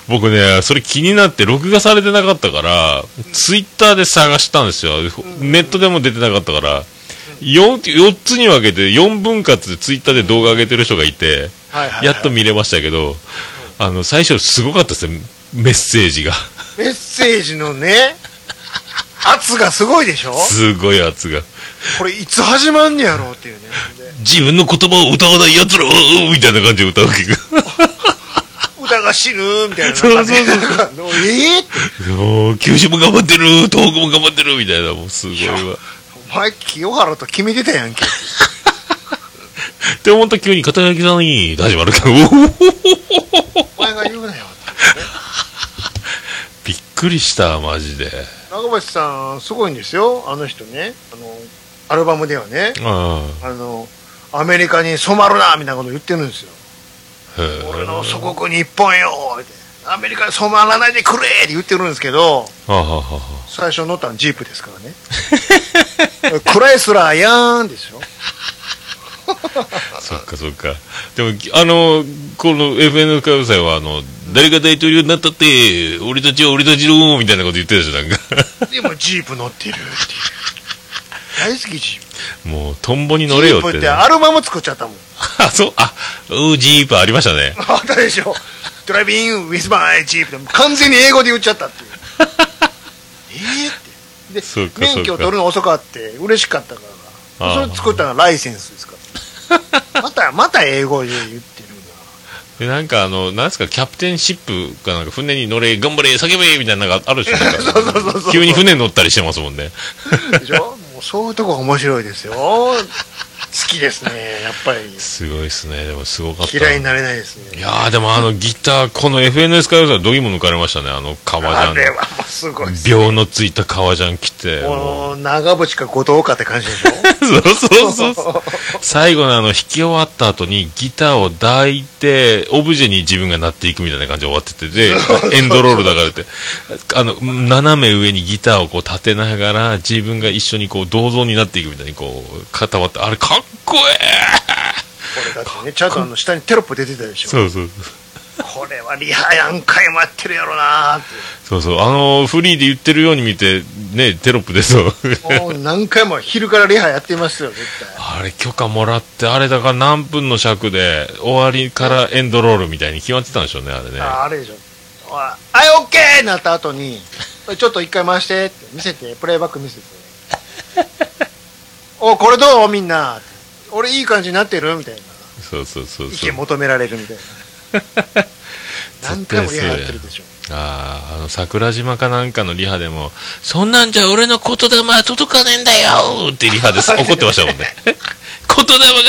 [SPEAKER 1] 僕ね、それ気になって、録画されてなかったから、ツイッターで探したんですよ。ネットでも出てなかったから、4, 4つに分けて、4分割でツイッターで動画上げてる人がいて、
[SPEAKER 2] はいはいはい
[SPEAKER 1] やっと見れましたけど、あの、最初すごかったですね、メッセージが。
[SPEAKER 2] メッセージのね、圧がすごいでしょ
[SPEAKER 1] すごい圧が。
[SPEAKER 2] これいつ始まんねやろうっていう
[SPEAKER 1] [LAUGHS]
[SPEAKER 2] ね。
[SPEAKER 1] 自分の言葉を歌わない奴らは、みたいな感じで歌うけど。
[SPEAKER 2] 歌が死ぬみたいな。
[SPEAKER 1] そうそうそう
[SPEAKER 2] なんかねえーって
[SPEAKER 1] もう九州も頑張ってる、東北も頑張ってる、みたいな、もうすごいわ。
[SPEAKER 2] お前、清原と決めてたやんけ。
[SPEAKER 1] って思った急に肩書きさんに始まるから、おお
[SPEAKER 2] お前が言うなよ。
[SPEAKER 1] [LAUGHS] びっくりした、マジで。
[SPEAKER 2] 長渕さん、すごいんですよ。あの人ね。あの、アルバムではね、
[SPEAKER 1] あ
[SPEAKER 2] あの、アメリカに染まるなみたいなこと言ってるんですよ。
[SPEAKER 1] あ、へ
[SPEAKER 2] 俺の
[SPEAKER 1] え。
[SPEAKER 2] 祖国日本よって。アメリカに染まらないでくれって言ってるんですけど、
[SPEAKER 1] あははは
[SPEAKER 2] 最初乗ったのジープで
[SPEAKER 1] [LAUGHS]
[SPEAKER 2] すからね。クライスラーやーんですよ。
[SPEAKER 1] そっかそっか。でも、あの、この FN 歌謡祭は、あの、誰が大統領になったって、俺たちは俺たちの、みたいなこと言ってるでしょ、なんか。
[SPEAKER 2] でもジープ乗ってるっていう。大好きジープ。
[SPEAKER 1] もう、トンボに乗れよっ
[SPEAKER 2] ジープ
[SPEAKER 1] て、
[SPEAKER 2] って
[SPEAKER 1] ね。
[SPEAKER 2] アルバム作っちゃったもん。
[SPEAKER 1] [LAUGHS] あ、そう、あ、うージープありましたね。
[SPEAKER 2] あったでしょ。ドライビング、ウィスマイ、ジープで、完全に英語で言っちゃったっていう。えーって。
[SPEAKER 1] そう
[SPEAKER 2] で、
[SPEAKER 1] かそうか
[SPEAKER 2] 免許取るの遅かって、嬉しかったから。
[SPEAKER 1] あー
[SPEAKER 2] それ作ったのはライセンスですから。また、また英語で言ってる
[SPEAKER 1] で、なんかあの、なんですか、キャプテンシップかなんか、船に乗れ、頑張れ、叫べ、みたいなのがあるでしょ、なんか
[SPEAKER 2] [LAUGHS] そうそうそうそう
[SPEAKER 1] 急に船乗ったりしてますもんね。
[SPEAKER 2] な。でしょもうそういうとこが面白いですよ。好きですね、やっぱり。
[SPEAKER 1] すごいですね。でも、すごかった。
[SPEAKER 2] 嫌いになれないです
[SPEAKER 1] い
[SPEAKER 2] ね。
[SPEAKER 1] やーでもあのギター、この FNS からさ、どぎも抜かれましたね、あの革ジャ
[SPEAKER 2] あ
[SPEAKER 1] ン。
[SPEAKER 2] れはもうすごいです。
[SPEAKER 1] 秒のついた革ジャン着て。もう
[SPEAKER 2] もう長渕か後藤かって感じでしょ
[SPEAKER 1] そうそうそう。最後のあの、弾き終わった後にギターを抱いて、オブジェに自分がなっていくみたいな感じで終わってて、で、エンドロールだからって、あの、斜め上にギターをこう立てながら、自分が一緒にこう銅像になっていくみたいにこう固まって、あれかっこええ
[SPEAKER 2] これだってね、ちゃんとあの下にテロップ出てたでしょ
[SPEAKER 1] そうそう。
[SPEAKER 2] これはリハ何回もやってるやろなーっ
[SPEAKER 1] そうそう、あのフリーで言ってるように見て、ね、テロップでそう。
[SPEAKER 2] てもう何回も昼からリハやってますよ絶対
[SPEAKER 1] あれ、許可もらって、あれだから何分の尺で、終わりからエンドロールみたいに決まってたんでしょうね、あれね。
[SPEAKER 2] ああれでしょおいはいオッケーになった後にちょっと一回回してって見せてプレイバック見 [LAUGHS] せておこれどうみんな俺いい感じになってるみたいな
[SPEAKER 1] そうそうそう
[SPEAKER 2] 意
[SPEAKER 1] そ
[SPEAKER 2] 見
[SPEAKER 1] う。
[SPEAKER 2] 求められるみたいな何回もリハやってるでしょ
[SPEAKER 1] ああ、あの、桜島かなんかのリハでも、そんなんじゃ俺の言霊は届かねえんだよーってリハです怒ってましたもんね。言霊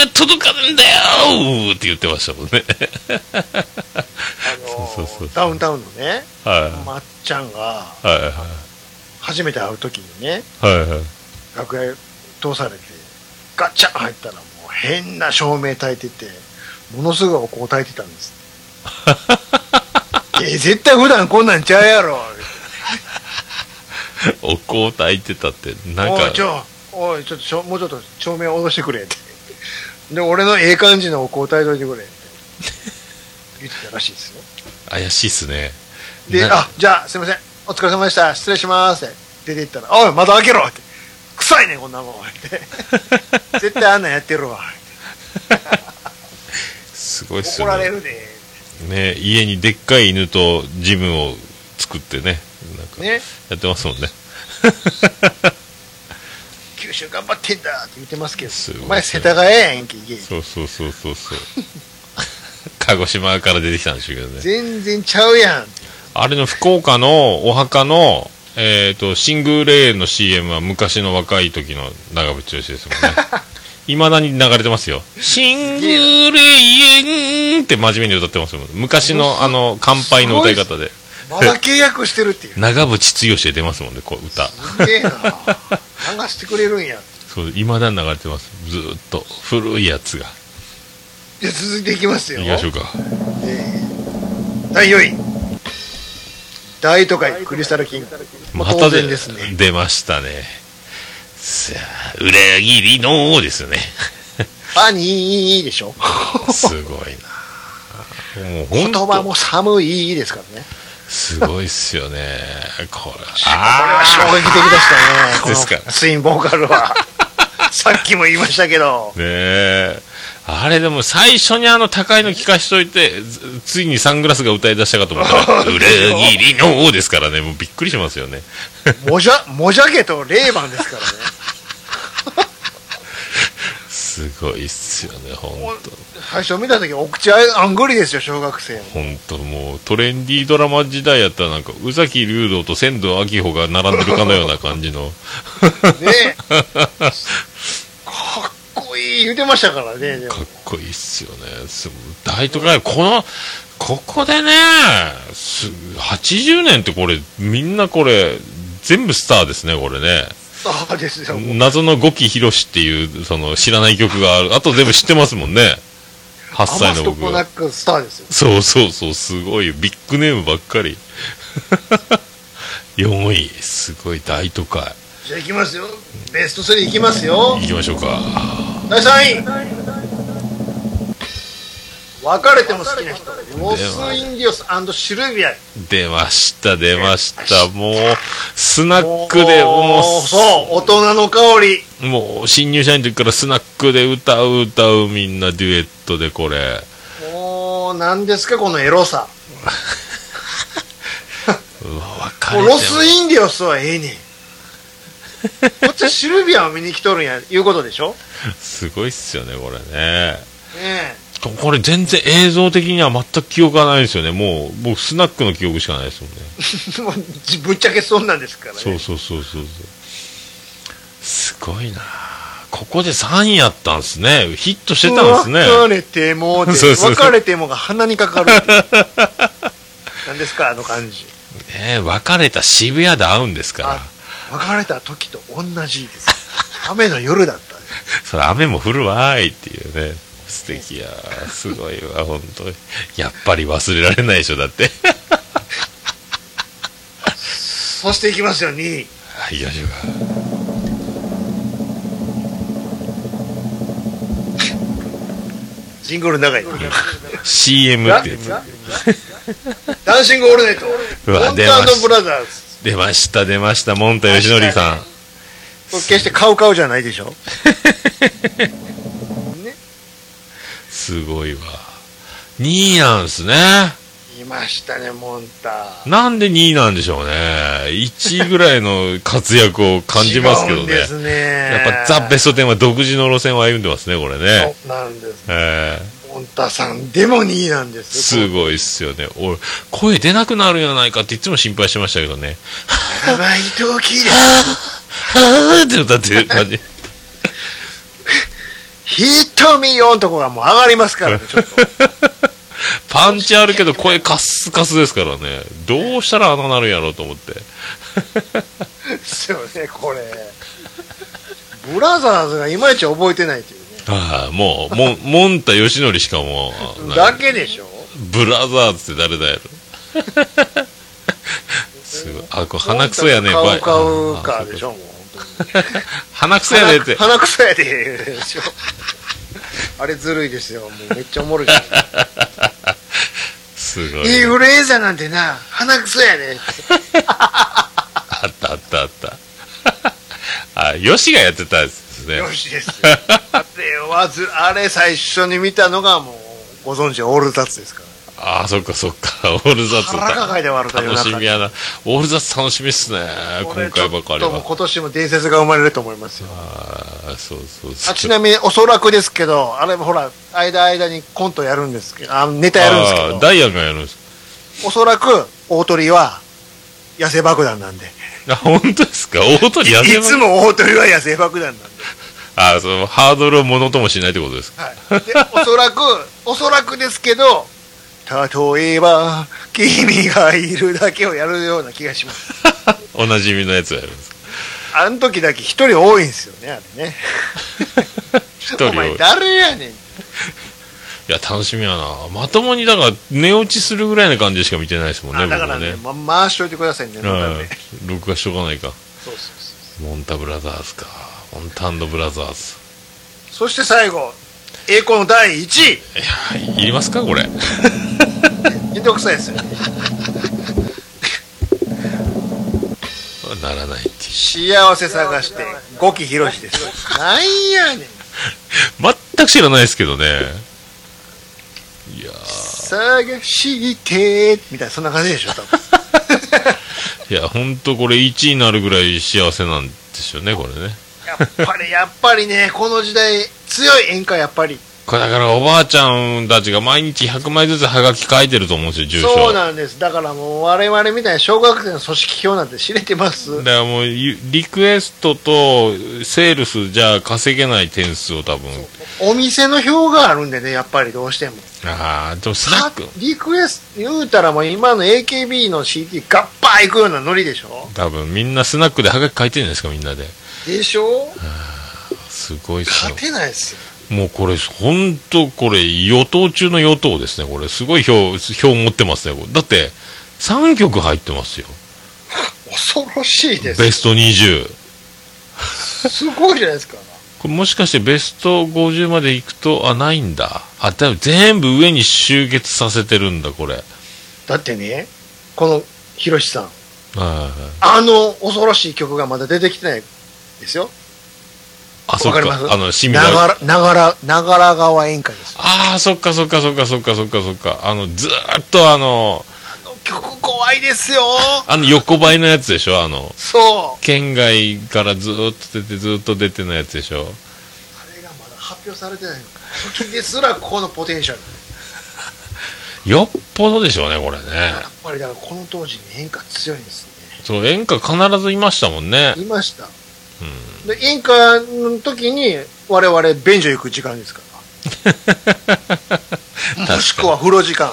[SPEAKER 1] が届かねえんだよーって言ってましたもんね。
[SPEAKER 2] あの
[SPEAKER 1] そうそうそう
[SPEAKER 2] ダウンタウンのね、
[SPEAKER 1] は
[SPEAKER 2] まっちゃんが
[SPEAKER 1] い。はいはい。
[SPEAKER 2] 初めて会う時にね、
[SPEAKER 1] はいはい。
[SPEAKER 2] 楽屋通されて、ガチャン入ったら、もう変な照明焚いてて、ものすごいお香焚いてたん
[SPEAKER 1] [LAUGHS]
[SPEAKER 2] です。え絶対普段こんなんちゃうやろ。
[SPEAKER 1] お香炊いてたって、なん
[SPEAKER 2] おい、
[SPEAKER 1] か
[SPEAKER 2] ち、ょ、おい、ちょっとしょ、もうちょっと照明下ろしてくれって。で、俺のええ感じのお香焚いといてくれって。言ってたらしいですよ。
[SPEAKER 1] 怪しいっすね。
[SPEAKER 2] で、
[SPEAKER 1] な
[SPEAKER 2] あ、じゃあ、すいません。お疲れ様でした。失礼します。って出て行ったら、おい、また開けろって。臭いね、こんなも
[SPEAKER 1] [LAUGHS]
[SPEAKER 2] ん。って。絶対あんなんやってるわ。
[SPEAKER 1] すごいっす
[SPEAKER 2] 怒
[SPEAKER 1] よ
[SPEAKER 2] ら
[SPEAKER 1] ね。
[SPEAKER 2] れるで。
[SPEAKER 1] ね、家にでっかい犬とジムを作ってね、なんか
[SPEAKER 2] ね。
[SPEAKER 1] やってますもんね。
[SPEAKER 2] 九州頑張ってんだって言ってますけど
[SPEAKER 1] すごい。
[SPEAKER 2] お前、世田谷やんけ、家。
[SPEAKER 1] そうそうそうそうそう。鹿児島から出てきたんでしょうけどね。
[SPEAKER 2] 全然ちゃうやん。
[SPEAKER 1] あれの福岡のお墓の、えっ、と、新宮霊園の CM は昔の若い時の長渕剛ですもんね。 [LAUGHS] いまだに流れてますよ。新宮霊園って真面目に歌ってますもん。昔のあの、乾杯の歌い方で。
[SPEAKER 2] まだ契約してるっていう。
[SPEAKER 1] 長渕剛で出ますもんね、こう歌。[LAUGHS]
[SPEAKER 2] すげえな。流してくれるんや。
[SPEAKER 1] そう、いまだに流れてます。ずーっと。古いやつが。
[SPEAKER 2] じゃあ続いていきますよ。
[SPEAKER 1] 行きましょうか。
[SPEAKER 2] えー第4位。大都会クリスタルキング。
[SPEAKER 1] ま
[SPEAKER 2] 当
[SPEAKER 1] た
[SPEAKER 2] 然
[SPEAKER 1] で
[SPEAKER 2] ですね。
[SPEAKER 1] 出ましたね。さあ、裏切りの王です [LAUGHS] ね。
[SPEAKER 2] パニーでしょ。
[SPEAKER 1] すごいな。もう
[SPEAKER 2] 言
[SPEAKER 1] 本当
[SPEAKER 2] 葉も寒いですからね。
[SPEAKER 1] すごいっすよね。これ。
[SPEAKER 2] これは衝撃的でしたね。こ
[SPEAKER 1] ですか
[SPEAKER 2] のツインボーカ
[SPEAKER 1] [LAUGHS]
[SPEAKER 2] ルは。さっきも言いましたけど。
[SPEAKER 1] ねえ。あれでも最初にあの高いの聞かしといて、ずついにサングラスが歌い出したかと思ったら、裏切りの王ですからね。もうびっくりしますよね。
[SPEAKER 2] もじゃ、もじゃけとレイバンですからね。
[SPEAKER 1] すごいっすよね、本当
[SPEAKER 2] 最初見た時お口あんぐりですよ、小学生も。
[SPEAKER 1] 本当もうトレンディードラマ時代やったらなんか宇崎竜童と千堂明穂が並んでるかのような感じの
[SPEAKER 2] [LAUGHS] ね。かっこいい言ってましたからね。でも
[SPEAKER 1] かっこいいっすよねす大都会このここでねす80年ってこれみんなこれ全部スターですねこれね
[SPEAKER 2] そうですよ。
[SPEAKER 1] 謎の五木ひろしっていうその知らない曲があるあと全部知ってますもんね8
[SPEAKER 2] 余
[SPEAKER 1] 歳
[SPEAKER 2] す
[SPEAKER 1] の
[SPEAKER 2] と
[SPEAKER 1] 僕
[SPEAKER 2] こな
[SPEAKER 1] が
[SPEAKER 2] くスターですよ。
[SPEAKER 1] そうそうそうすごいビッグネームばっかり [LAUGHS] 4位すごい大都会
[SPEAKER 2] じゃあ行きますよ。ベスト3いきますよ。
[SPEAKER 1] 行きましょうか。
[SPEAKER 2] 第3位。別れても好きな人。モス・インディオスシルビア。
[SPEAKER 1] 出ました、出ました。もう、スナックで、
[SPEAKER 2] もう
[SPEAKER 1] も
[SPEAKER 2] そう、大人の香り。
[SPEAKER 1] う、もう、新入社員の時からスナックで歌う、歌う、みんなデュエットでこれ。
[SPEAKER 2] もう、何ですか、このエロさ。
[SPEAKER 1] うわ、分か
[SPEAKER 2] も
[SPEAKER 1] れ
[SPEAKER 2] う
[SPEAKER 1] てま
[SPEAKER 2] ロス・インディオスはええねん。
[SPEAKER 1] [LAUGHS]
[SPEAKER 2] こっちはシルビアを見に来とるんや、いうことでしょ
[SPEAKER 1] すごいっすよね、これね。 [LAUGHS]
[SPEAKER 2] ね
[SPEAKER 1] ここれ全然映像的には全く記憶がないですよね。もう、僕、スナックの記憶しかないですもんね。
[SPEAKER 2] え。もうじぶっちゃけそんなんですからね。
[SPEAKER 1] そうそうそうそうそう。すごいなここで3位やったんですね。ヒットしてたんですね。
[SPEAKER 2] 別れてもで、
[SPEAKER 1] そうそうそう
[SPEAKER 2] 別れてもが鼻にかかるっ
[SPEAKER 1] [LAUGHS]
[SPEAKER 2] ていう。何ですか、あの感じ。
[SPEAKER 1] ねえ別れた渋谷で会うんですから
[SPEAKER 2] あ。別れた時と同じです。雨の夜だったんです。
[SPEAKER 1] それ雨も降るわーいっていうね素敵やすごいわ本当にやっぱり忘れられないでしょだって
[SPEAKER 2] そしていきますよ、2位。
[SPEAKER 1] はい行きましょうか
[SPEAKER 2] 人ジングルの中に。
[SPEAKER 1] CM
[SPEAKER 2] な
[SPEAKER 1] ってやつ
[SPEAKER 2] なダンシングオールナイト。
[SPEAKER 1] う
[SPEAKER 2] モ
[SPEAKER 1] わ
[SPEAKER 2] ン
[SPEAKER 1] 出
[SPEAKER 2] タ
[SPEAKER 1] まし
[SPEAKER 2] ブラザーズ。
[SPEAKER 1] 出ました出ましたモンタヨシノリさん
[SPEAKER 2] これ決して買う買うじゃないでし
[SPEAKER 1] [LAUGHS]
[SPEAKER 2] ょ。ね。
[SPEAKER 1] すごいわ2位なんすね
[SPEAKER 2] いましたね、モンタ。
[SPEAKER 1] なんで2位なんでしょうね1位ぐらいの活躍を感じますけど
[SPEAKER 2] 違うん
[SPEAKER 1] ね
[SPEAKER 2] ですね。
[SPEAKER 1] やっぱザ・ベスト10は独自の路線を歩んでますねこれね、
[SPEAKER 2] そうなんです。
[SPEAKER 1] えー
[SPEAKER 2] モンタさんでも2位なんです
[SPEAKER 1] す
[SPEAKER 2] よ。
[SPEAKER 1] ごいっすよね俺声出なくなるんじゃないかっていつも心配してましたけどね
[SPEAKER 2] やばい時で
[SPEAKER 1] 「はぁーって歌ってる感じ
[SPEAKER 2] ヒットミヨンとこがもう上がりますからね、ちょっと。
[SPEAKER 1] パンチあるけど声カッスカスですからねどうしたらあのなるんやろうと思って
[SPEAKER 2] ですよね、これ。ブラザーズがいまいち覚えてないというね。
[SPEAKER 1] ああもうもんもんたよしのりしかもうな
[SPEAKER 2] だけでしょ
[SPEAKER 1] ブラザーズって誰だやろすごいあこれ鼻くそやね
[SPEAKER 2] 買
[SPEAKER 1] ば
[SPEAKER 2] う
[SPEAKER 1] い
[SPEAKER 2] 買うかでしょ、もう。
[SPEAKER 1] 鼻くそやねって
[SPEAKER 2] 鼻くそやで
[SPEAKER 1] [LAUGHS]
[SPEAKER 2] でしょ。あれずるいですよ。もうめっちゃおもろいじゃん。
[SPEAKER 1] すごい
[SPEAKER 2] インフルエンザなんてな、鼻くそやで。
[SPEAKER 1] あったあったあったあよしがやってたやつですね
[SPEAKER 2] よしですよ。あれはず、あれ最初に見たのがもう、ご存知、オールザッツですから。
[SPEAKER 1] ああそっかそっかオールザッツ
[SPEAKER 2] 腹抱えて笑った夜
[SPEAKER 1] 楽
[SPEAKER 2] 中に
[SPEAKER 1] しみやなオールザッツ楽しみっすね今
[SPEAKER 2] これ
[SPEAKER 1] 回ばかり
[SPEAKER 2] ちょっともう
[SPEAKER 1] は
[SPEAKER 2] 今年も伝説が生まれると思いますよ。
[SPEAKER 1] ああそうそう
[SPEAKER 2] あち
[SPEAKER 1] そう
[SPEAKER 2] なみにおそらくですけど、あれもほら、間間にコントやるんですけど、あネタやるんです
[SPEAKER 1] あー
[SPEAKER 2] け
[SPEAKER 1] ダイアンがやるんです
[SPEAKER 2] ど、おそらく大鳥は野生爆弾なんで、
[SPEAKER 1] あ本当ですか大鳥痩せ
[SPEAKER 2] い
[SPEAKER 1] ま
[SPEAKER 2] つも大鳥は野生爆弾なんで、
[SPEAKER 1] ああそのハードルをものともしないってことですか
[SPEAKER 2] はい、でおそらく、おそらくですけど、例えば、君がいるだけをやるような気がします。
[SPEAKER 1] おなじみのやつをやるんです
[SPEAKER 2] あの時だけ一人多いんですよね、あれね。
[SPEAKER 1] 一人
[SPEAKER 2] お
[SPEAKER 1] を
[SPEAKER 2] 前
[SPEAKER 1] い
[SPEAKER 2] 誰やねん。
[SPEAKER 1] や楽しみやなまともにだから寝落ちするぐらいな感じしか見てないですもんね
[SPEAKER 2] あだ
[SPEAKER 1] 僕
[SPEAKER 2] か
[SPEAKER 1] は
[SPEAKER 2] らね
[SPEAKER 1] ね、
[SPEAKER 2] ま、回しといてくださいね、また
[SPEAKER 1] は
[SPEAKER 2] ね
[SPEAKER 1] い録画しとかないか
[SPEAKER 2] そうそうそう。
[SPEAKER 1] モンタブラザーズかモンタンドブラザーズ
[SPEAKER 2] そして最後、栄光の第1位、
[SPEAKER 1] いやいりますかこれ
[SPEAKER 2] めんどくさいですよね。
[SPEAKER 1] ならないっていう
[SPEAKER 2] 幸せ探して、五木ひろしです。なんやねん。
[SPEAKER 1] 全く知らないですけどねいや
[SPEAKER 2] 探して、みたいな、そんな感じでしょ、多分。
[SPEAKER 1] ーいや本当これ1位になるぐらい幸せなんですよねこれね
[SPEAKER 2] やっぱり、やっぱりね、この時代、強い演歌、やっぱり。
[SPEAKER 1] これだからおばあちゃんたちが毎日100枚ずつはがき書いてると思うんですよ住所
[SPEAKER 2] そうなんです。だからもう、我々みたいな小学生の組織票なんて知れてます。
[SPEAKER 1] だからもうゆリクエストとセールスじゃ稼げない点数を多分
[SPEAKER 2] お店の票があるんでね、やっぱりどうしても。
[SPEAKER 1] ああでもスナック
[SPEAKER 2] はリクエスト、言うたらもう今の AKB の CD ガッパー行くようなノリでしょ
[SPEAKER 1] 多分みんなスナックでハガキ書いてるんじゃないですかみんなで
[SPEAKER 2] でしょ
[SPEAKER 1] すごいっす
[SPEAKER 2] 勝
[SPEAKER 1] よ
[SPEAKER 2] てないですよ。
[SPEAKER 1] もうこれ本当これ与党中の与党ですねこれすごい票票持ってますねこれだって3曲入ってますよ
[SPEAKER 2] 恐ろしいで
[SPEAKER 1] ベ
[SPEAKER 2] す。
[SPEAKER 1] スト20
[SPEAKER 2] すごいじゃないですか。
[SPEAKER 1] これもしかしてベスト50まで行くとあないんだあ多分全部上に集結させてるんだこれはい
[SPEAKER 2] だってね、このひろしさん、
[SPEAKER 1] はいはい
[SPEAKER 2] あの恐ろしい曲がまだ出てきてないですよ。
[SPEAKER 1] あそっ
[SPEAKER 2] わかります
[SPEAKER 1] かあの清水
[SPEAKER 2] な
[SPEAKER 1] あ
[SPEAKER 2] がら、ながら、ながら川演歌ですよ。
[SPEAKER 1] あーそっかそっかそっかそっかそっかそっかあのずーっとあの
[SPEAKER 2] あの曲怖いですよ。
[SPEAKER 1] あの横ばいのやつでしょあの
[SPEAKER 2] そう。
[SPEAKER 1] 県外からずーっと出てずーっと出てのやつでしょ
[SPEAKER 2] あれがまだ発表されてないの。時ですらこのポテンシャル。
[SPEAKER 1] よっぽどでしょうねこれね
[SPEAKER 2] やっぱりだからこの当時に演歌強いんですね。
[SPEAKER 1] そう演歌必ずいましたもんね
[SPEAKER 2] いました。で、演歌の時に我々便所行く時間です [LAUGHS] から。もしくは風呂時間。
[SPEAKER 1] い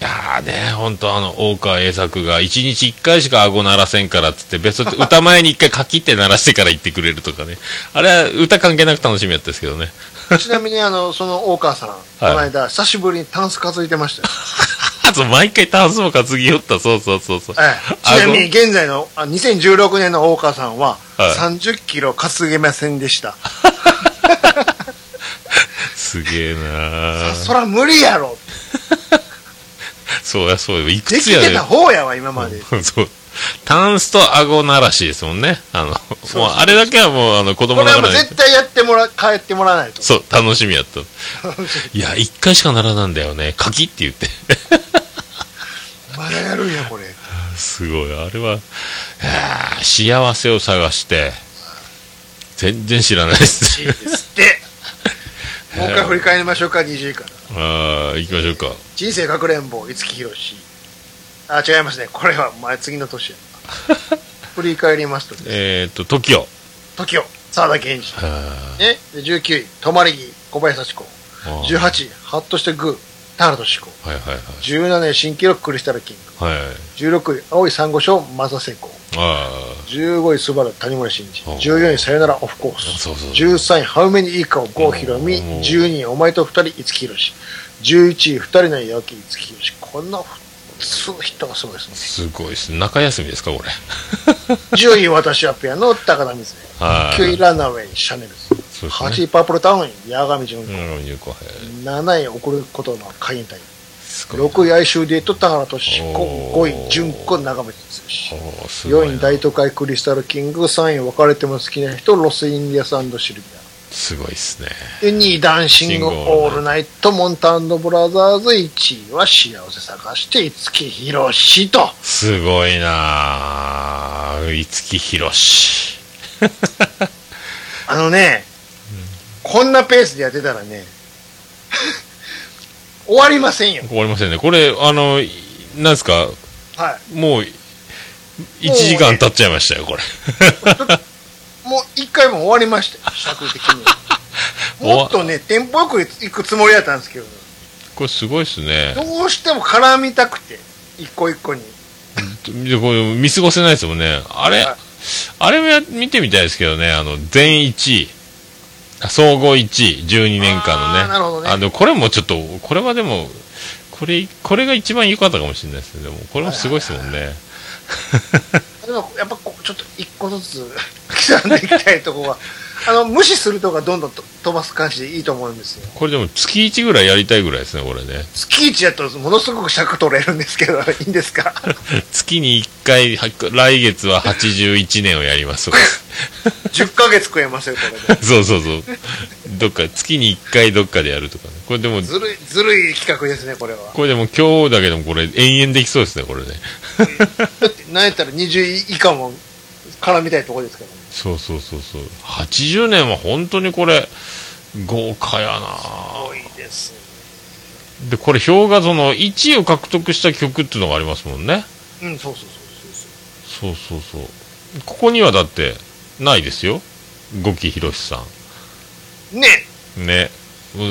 [SPEAKER 1] やーね本当あの大川栄作が1日1回しか顎鳴らせんからっつって別に歌前に1回カキって鳴らしてから言ってくれるとかね [LAUGHS] あれは歌関係なく楽しみやったですけどね [LAUGHS]
[SPEAKER 2] ちなみにあの、その大川さん、この間、久しぶりにタンス担いでましたよ。
[SPEAKER 1] あと毎回タンスも担ぎ寄ったそうそうそうそう
[SPEAKER 2] ええ、ちなみに現在の、あ2016年の大川さんは、
[SPEAKER 1] はい
[SPEAKER 2] 30キロ担げませんでした。
[SPEAKER 1] すすげえな
[SPEAKER 2] そら無理やろ
[SPEAKER 1] そうやそうやいく
[SPEAKER 2] で
[SPEAKER 1] つ
[SPEAKER 2] き
[SPEAKER 1] や
[SPEAKER 2] て
[SPEAKER 1] で
[SPEAKER 2] た方やわ今まで、
[SPEAKER 1] [LAUGHS] そうタンスと顎ならしですもんねあの
[SPEAKER 2] そう
[SPEAKER 1] もうあれだけはもうあの子
[SPEAKER 2] こ
[SPEAKER 1] 供
[SPEAKER 2] れ
[SPEAKER 1] な
[SPEAKER 2] は
[SPEAKER 1] が
[SPEAKER 2] もう
[SPEAKER 1] らに
[SPEAKER 2] 絶対やってもら帰ってもらわないと
[SPEAKER 1] そう楽しみやったいや一回しかならなんだよねカキって言って
[SPEAKER 2] まだやるんやこれ
[SPEAKER 1] すごいあれはあー幸せを探して全然知らないです
[SPEAKER 2] い [LAUGHS] いですって
[SPEAKER 1] [LAUGHS]
[SPEAKER 2] もう一回振り返りましょうか20位から
[SPEAKER 1] ああ行きましょうか
[SPEAKER 2] 人生かくれんぼ五木ひろしあ違いますねこれは前次の
[SPEAKER 1] [LAUGHS]
[SPEAKER 2] 年やな振り返りますとね
[SPEAKER 1] えっ、ー、と TOKIO
[SPEAKER 2] 時を沢田研二
[SPEAKER 1] あ
[SPEAKER 2] ね、で19位、止まり木、小林幸子。
[SPEAKER 1] ー
[SPEAKER 2] 18位、ハッとしてグー、田原俊子。
[SPEAKER 1] はいはい
[SPEAKER 2] 17位、新記録、クリスタルキング。
[SPEAKER 1] はいはい
[SPEAKER 2] 16位、青い珊瑚礁、松田聖子。
[SPEAKER 1] ああ
[SPEAKER 2] 15位、スバル、谷村新司。
[SPEAKER 1] あー
[SPEAKER 2] 14位、さよなら、オフコース。
[SPEAKER 1] そうそう
[SPEAKER 2] 13位、ハウメにいい顔、郷ひろみ。
[SPEAKER 1] おー
[SPEAKER 2] 12位、お前と二人、五木ひろし。11位、二人の陽気、五木ひろし。この、すごいヒットがすごいで
[SPEAKER 1] [LAUGHS]
[SPEAKER 2] すね。
[SPEAKER 1] すごいです中休みですかこれ
[SPEAKER 2] 10位、私はピアノ、高田水
[SPEAKER 1] はい
[SPEAKER 2] 9位、ランナーウェイ、シャネルズ。
[SPEAKER 1] そうですね
[SPEAKER 2] 8位、パープルタウン、八神純子。
[SPEAKER 1] うん有効はい
[SPEAKER 2] 7位、送ることの会員隊。
[SPEAKER 1] すごい
[SPEAKER 2] 6位、哀愁デート、田原俊子。
[SPEAKER 1] おー
[SPEAKER 2] 5位、純子、長渕剛。
[SPEAKER 1] おーすごい
[SPEAKER 2] 4位、
[SPEAKER 1] な
[SPEAKER 2] 大都会、クリスタルキング。3位、別れても好きな人、ロス・インディアスシルビ
[SPEAKER 1] すごいっすね
[SPEAKER 2] ア。で、2位、ダンシング、
[SPEAKER 1] シング
[SPEAKER 2] オールナイト、モンタンド・ブラザーズ。1位は、幸せ探して、五木ひろしと。
[SPEAKER 1] すごいなぁ五木ひろし
[SPEAKER 2] あのね、こんなペースでやってたらね、 [LAUGHS] 終わりませんよ。
[SPEAKER 1] 終わりませんねこれあのいなんですか
[SPEAKER 2] は
[SPEAKER 1] もう1時間経っちゃいましたよこれ
[SPEAKER 2] い。もう一回も終わりましたよ、尺的には。
[SPEAKER 1] [LAUGHS]
[SPEAKER 2] もっとね、テンポよく行くつもりだったんですけど、
[SPEAKER 1] これすごいっすね
[SPEAKER 2] どうしても絡みたくて、一個一個に。
[SPEAKER 1] でこれ見過ごせないですもんねあれ
[SPEAKER 2] はい
[SPEAKER 1] あれもや見てみたいですけどねあの全1位あ総合1位12年間のね
[SPEAKER 2] あーなるほどね
[SPEAKER 1] あのこれもちょっとこれはでもこれこれが一番良かったかもしれないですねでもこれもすごいですもんね
[SPEAKER 2] でも、やっぱこうちょっと一個ずつ刻んでいきたいとこは、 [LAUGHS] あの、無視するとかどんどんと飛ばす感じでいいと思うんですよ。
[SPEAKER 1] これでも月1ぐらいやりたいぐらいですねこれね
[SPEAKER 2] 月一だとものすごく尺取れるんですけど、 [LAUGHS] いいんですか
[SPEAKER 1] 月に1回は来月は81年をやります
[SPEAKER 2] [LAUGHS] ?10 ヶ月食えますよ、これで。
[SPEAKER 1] そうそうそうどっか月に1回どっかでやるとかねこれでも
[SPEAKER 2] ずるい、ずるい企画ですね、これは。
[SPEAKER 1] これでも今日だけでもこれ延々できそうですねこれね
[SPEAKER 2] だって、なんやったら20位以下も絡みたいとこですからね。
[SPEAKER 1] そうそうそうそう80年は本当にこれ豪華やな
[SPEAKER 2] 多いですね。
[SPEAKER 1] でこれ表がその1位を獲得した曲っていうのがありますもんね
[SPEAKER 2] うん、そうそうそうそ
[SPEAKER 1] そう
[SPEAKER 2] うそう。
[SPEAKER 1] そうそうここにはだってないですよ五木ひろしさ
[SPEAKER 2] ね
[SPEAKER 1] んね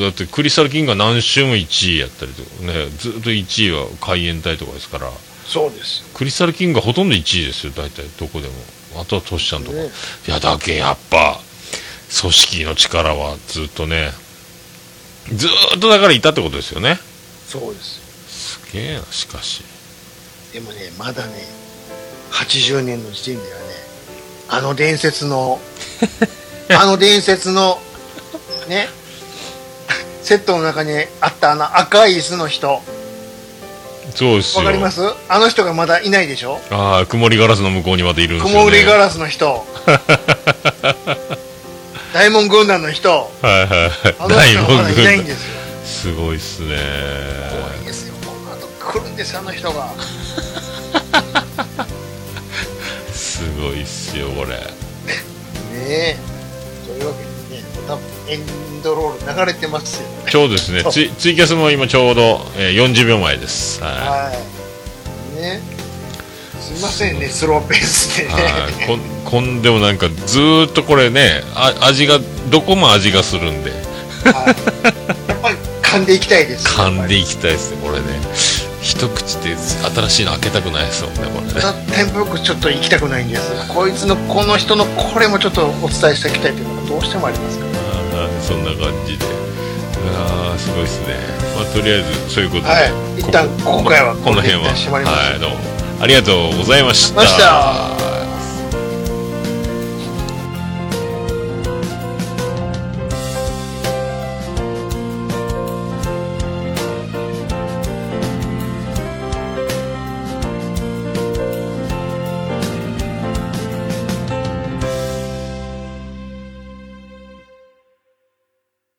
[SPEAKER 1] だってクリスタルキングが何週も1位やったりとかねずっと1位は海援隊とかですから
[SPEAKER 2] そうですよ
[SPEAKER 1] クリスタルキングがほとんど1位ですよ大体どこでもあとはトシちゃんとか、
[SPEAKER 2] ね
[SPEAKER 1] いやだけやっぱ組織の力はずっとねずーっとだからいたってことですよね
[SPEAKER 2] そうですよ
[SPEAKER 1] すげえなしかし
[SPEAKER 2] でもねまだね80年の時点ではねあの伝
[SPEAKER 1] [LAUGHS]
[SPEAKER 2] 説のあの伝説のねセットの中にあったあの赤い椅子の人
[SPEAKER 1] そうですよ
[SPEAKER 2] わかりますあの人がまだいないでしょ
[SPEAKER 1] ああ曇りガラスの向こうにまでいるんですよ、ね、
[SPEAKER 2] 曇りガラス
[SPEAKER 1] [LAUGHS]
[SPEAKER 2] の人大門軍団の人
[SPEAKER 1] はいはいは
[SPEAKER 2] あ
[SPEAKER 1] い
[SPEAKER 2] の
[SPEAKER 1] 大
[SPEAKER 2] 人がまだ
[SPEAKER 1] 門
[SPEAKER 2] いないん
[SPEAKER 1] 軍
[SPEAKER 2] ですよ
[SPEAKER 1] すごいっすね
[SPEAKER 2] 怖いですよこの後来るんですよあの人が
[SPEAKER 1] すごいっすよこれ
[SPEAKER 2] ねえというわけでね多分エンドロール流れてますよね
[SPEAKER 1] ちょうどですね
[SPEAKER 2] そう
[SPEAKER 1] ツイツイキャスも今ちょうど、えー40秒前ですは
[SPEAKER 2] はいねすいませんねスローペースで
[SPEAKER 1] い
[SPEAKER 2] ね
[SPEAKER 1] はいこんこんでもなんかずーっとこれねあ味がどこも味がするんで
[SPEAKER 2] はいやっぱり噛んでいきたいです
[SPEAKER 1] 噛んで
[SPEAKER 2] い
[SPEAKER 1] いきたいですねこれね一口で新しいの開けたくないですもんねこれね
[SPEAKER 2] テンポよくちょっと行きたくないんですこいつのこの人のこれもちょっとお伝えしておきたいというのがどうしてもありますから
[SPEAKER 1] あーそんな感じでああすごいですね、まあ、とりあえずそういうことで、
[SPEAKER 2] はい一旦今回は
[SPEAKER 1] この辺
[SPEAKER 2] これで
[SPEAKER 1] は
[SPEAKER 2] 一旦閉まります
[SPEAKER 1] はいどうもありがとうございました
[SPEAKER 2] ました